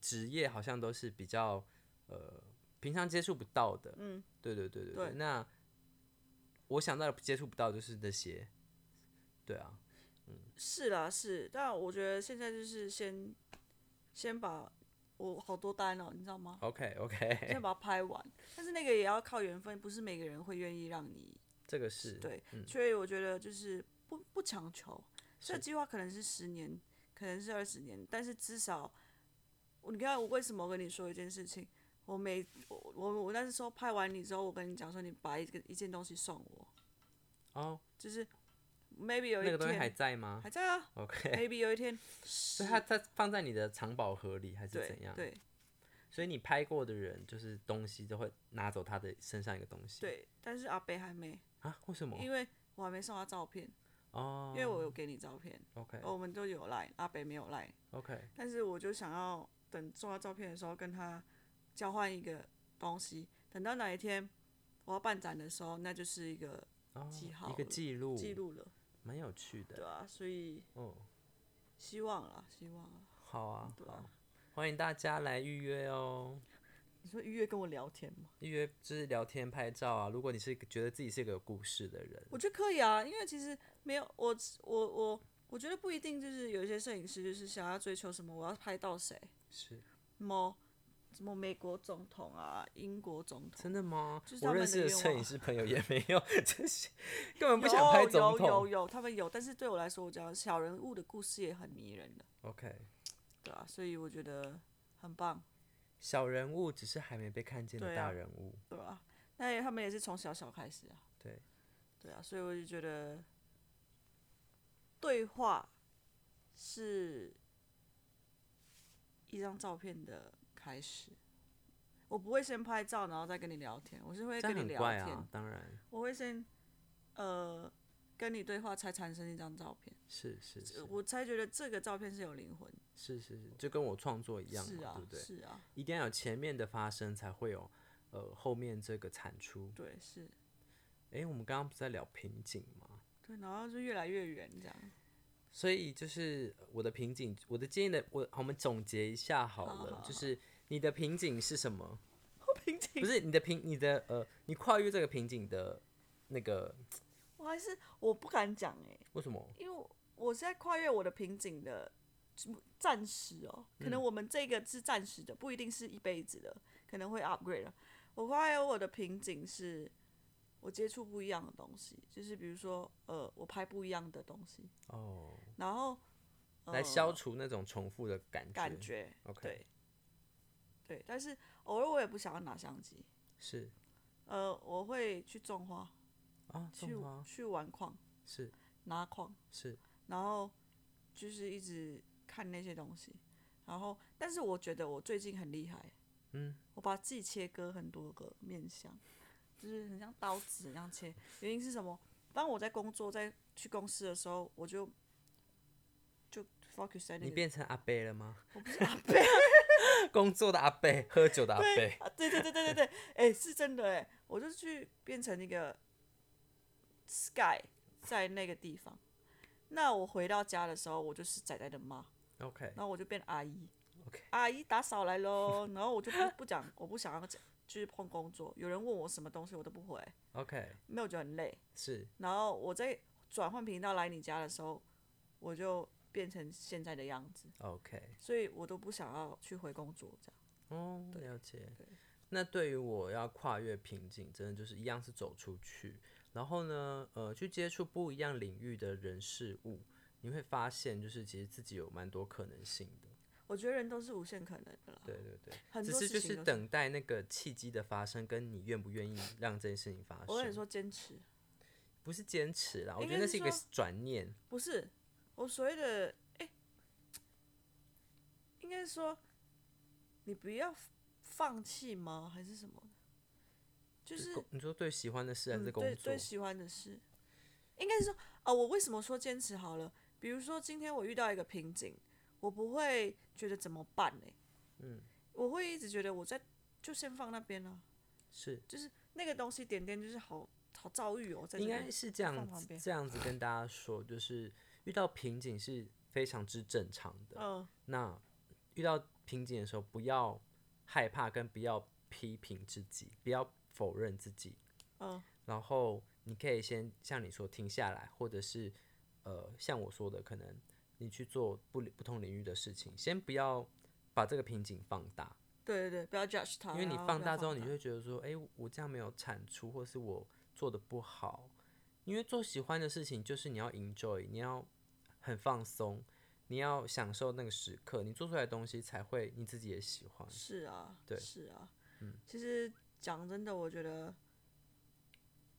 职业好像都是比较呃平常接触不到的。嗯，对对对对对那我想到的接触不到就是那些，对啊，是啦，是，但我觉得现在就是先先把我好多单哦，你知道吗？ OK OK，先把它拍完，但是那个也要靠缘分，不是每个人会愿意让你这个是对，所以我觉得就是不不强求，这个计划可能是十年，可能是二十年，但是至少，我你看我为什么我跟你说一件事情，我每我我我那时候拍完你之后，我跟你讲说你把一个一件东西送我，哦，就是 maybe 有那一天个东西还在吗还在啊？OK， ，maybe 有一天 所以它它放在你的藏宝盒里还是对怎样？，对所以你拍过的人就是东西都会拿走他的身上一个东西。对，但是阿北还没，啊？为什么？因为我还没送他照片，哦，因为我有给你照片，哦 OK 我们都有赖，阿北没有赖， OK 但是我就想要等送他照片的时候跟他交换一个东西，等到哪一天我要办展的时候，那就是一个哦，记号一个了记录，记录了，蛮有趣对的。啊，所以哦，希望啦，希望啦。好啊，对啊好，欢迎大家来预约哦。你说愉悦跟我聊天吗？预约就是聊天拍照啊。如果你是觉得自己是个有故事的人，我觉得可以啊，因为其实没有我我我我觉得不一定，就是有一些摄影师就是想要追求什么，我要拍到谁，是什么什么美国总统啊，英国总统，真的吗就是？他我们认的识的愿摄望影师朋友也没有 这些，根本不有想拍总有有统。有，他们有，但是对我来说，我讲小人物的故事也很迷人的， OK，对啊，所以我觉得很棒，小人物只是还没被看见的对大啊人物。对吧、那他们也是从小小开始啊，对，对啊，所以我就觉得对话是一张照片的开始。我不会先拍照，然后再跟你聊天，我是会这跟样你很聊怪天，啊，当然我会先呃跟你对话，才产生一张照片。是是是我才觉得这个照片是有灵魂的，是是是，就跟我创作一样是嘛，啊对，不对？是啊，一定要有前面的发生，才会有呃后面这个产出。对，是，诶，我们刚刚不是在聊瓶颈吗？对，然后就越来越远这样。所以就是我的瓶颈，我的建议的，我我们总结一下好了，好好好就是你的瓶颈是什 么？瓶颈不，是你的瓶，你的呃，你跨越这个瓶颈的那个我还是我不敢讲哎、为什么？因为我我是在跨越我的瓶颈的，暂时哦，可嗯能我们这个是暂时的，不一定是一辈子的，可能会 upgrade 了。我跨越我的瓶颈是，我接触不一样的东西，就是比如说呃，我拍不一样的东西，哦，然后、呃、来消除那种重复的感觉。感觉 OK 对，对，但是偶尔我也不想要拿相机，是呃，我会去种花，啊，去种花去玩矿，是拿矿，是然后就是一直看那些东西，然后但是我觉得我最近很厉害，嗯，我把自己切割很多个面相，就是很像刀子一样切。原因是什么？当我在工作在去公司的时候，我就就 focus 在那你个，变成阿贝了吗？ 我不是阿贝。工作的阿 贝，喝酒的阿贝。啊， 对对对对对对，哎、是真的哎、我就去变成一个 sky 在那个地方。那我回到家的时候，我就是仔仔的妈， OK 然后我就变阿姨 OK 阿姨打扫来喽，然后我就不不讲，我不想要讲，就是碰工作，有人问我什么东西我都不回， OK 没有觉得很累。是然后我在转换频道来你家的时候，我就变成现在的样子， OK 所以我都不想要去回工作这样。哦，了解。那对于我要跨越瓶颈，真的就是一样是走出去，然后呢，呃，去接触不一样领域的人事物，你会发现就是其实自己有蛮多可能性的。我觉得人都是无限可能的啦。对对对，很只多是事就情是都是等待那个契机的发生，跟你愿不愿意让这件事情发生。我跟你说，坚持。不是坚持啦，我应觉该得那是是一个说转念。不是，我所谓的哎、应该说你不要放弃吗？还是什么？就是工你说对喜欢的事还嗯是工对作对？喜欢的事，应该是说啊、我为什么说坚持好了？比如说今天我遇到一个瓶颈，我不会觉得怎么办呢、嗯，我会一直觉得我在就先放那边了、啊是就是那个东西点点就是好好遭遇哦，在这应边该是这放样旁子边这样子跟大家说，就是遇到瓶颈是非常之正常的。嗯那遇到瓶颈的时候，不要害怕，跟不要批评自己，不要否认自己。嗯，然后你可以先像你说停下来，或者是呃像我说的，可能你去做不不同领域的事情，先不要把这个瓶颈放大，对对对，不要 judge 他，因为你然后放哦不大要之后，你大就会觉得说，哎、我这样没有产出，或是我做的不好。因为做喜欢的事情，就是你要 enjoy，你要很放松，你要享受那个时刻，你做出来的东西才会你自己也喜欢。是啊，对嗯是啊，其实讲真的，我觉得，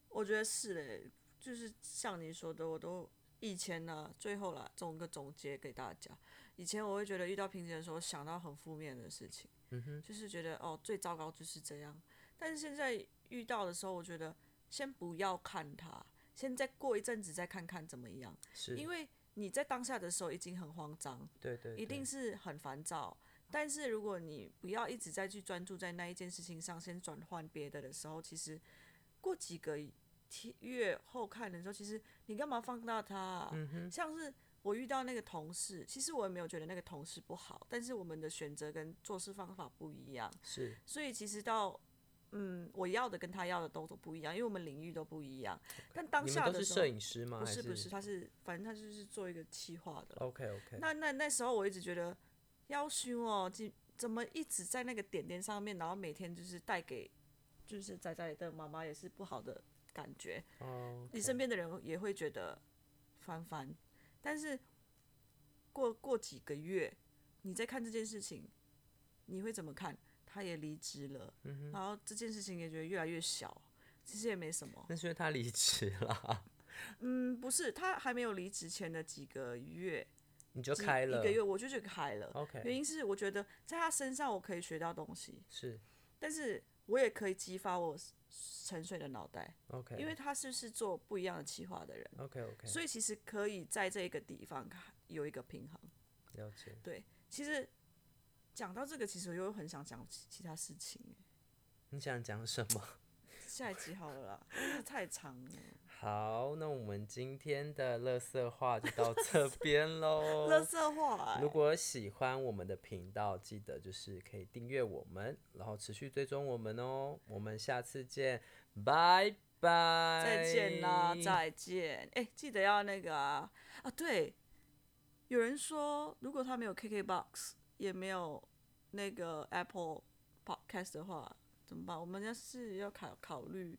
我觉得是嘞，就是像你说的，我都以前呢、最后啦，总个总结给大家，以前我会觉得遇到瓶颈的时候，想到很负面的事情，嗯就是觉得哦，最糟糕就是这样。但是现在遇到的时候，我觉得先不要看它，先再过一阵子再看看怎么样，是，因为你在当下的时候已经很慌张，对对一定对是很烦躁。但是如果你不要一直在去专注在那一件事情上，先转换别的的时候，其实过几个天月后看的时候，其实你干嘛放大它啊、嗯像是我遇到那个同事，其实我也没有觉得那个同事不好，但是我们的选择跟做事方法不一样，是所以其实到嗯，我要的跟他要的都都不一样，因为我们领域都不一样。但当你下们都的是时候摄，影师吗？不还是是不是，他是反正他就是做一个企划的啦 OK OK，那那那时候我一直觉得，要凶哦，怎怎么一直在那个点点上面，然后每天就是带给就是仔仔的妈妈也是不好的感觉，哦，你身边的人也会觉得烦烦。但是过过几个月，你再看这件事情，你会怎么看？他也离职了，嗯然后这件事情也觉得越来越小，其实也没什么。那是因为他离职了，嗯，不是，他还没有离职前的几个月，你就几开一了个月，我就觉得开了。原，OK，因是我觉得在他身上我可以学到东西，是但是我也可以激发我沉睡的脑袋， OK，因为他是是做不一样的企划的人， OK OK，所以其实可以在这个地方有一个平衡。了解，对，其实讲到这个，其实我又很想讲其其他事情，欸你想讲什么？下一集好了啦，因为太长了。好，那我们今天的乐色话就到 这边喽。乐色话、呃如欸，果喜欢我们的频道，记得就是可以订阅我们，然后持续追踪我们哦。我们下次见，拜拜。再见啦，再见。哎、记得要那个啊啊，对，有人说如果他没有 KKBox，也没有那个 Apple Podcast 的话，怎么办？我们要是要考考虑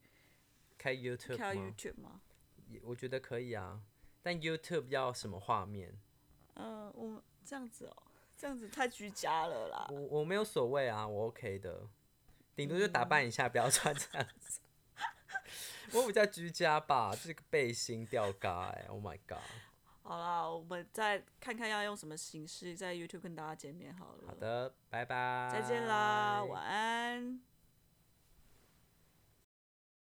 开 YouTube 开吗？ YouTube 吗？也我觉得可以啊，但 YouTube 要什么画面？嗯、我们这样子哦，这样子太居家了啦。我我没有所谓啊，我 OK 的，顶多就打扮一下，不要穿这样子。 我比较居家吧，这个背心吊嘎哎、o h my god！好啦，我们再看看要用什么形式在 YouTube 跟大家见面好了。好，的，拜拜，再见啦，晚安。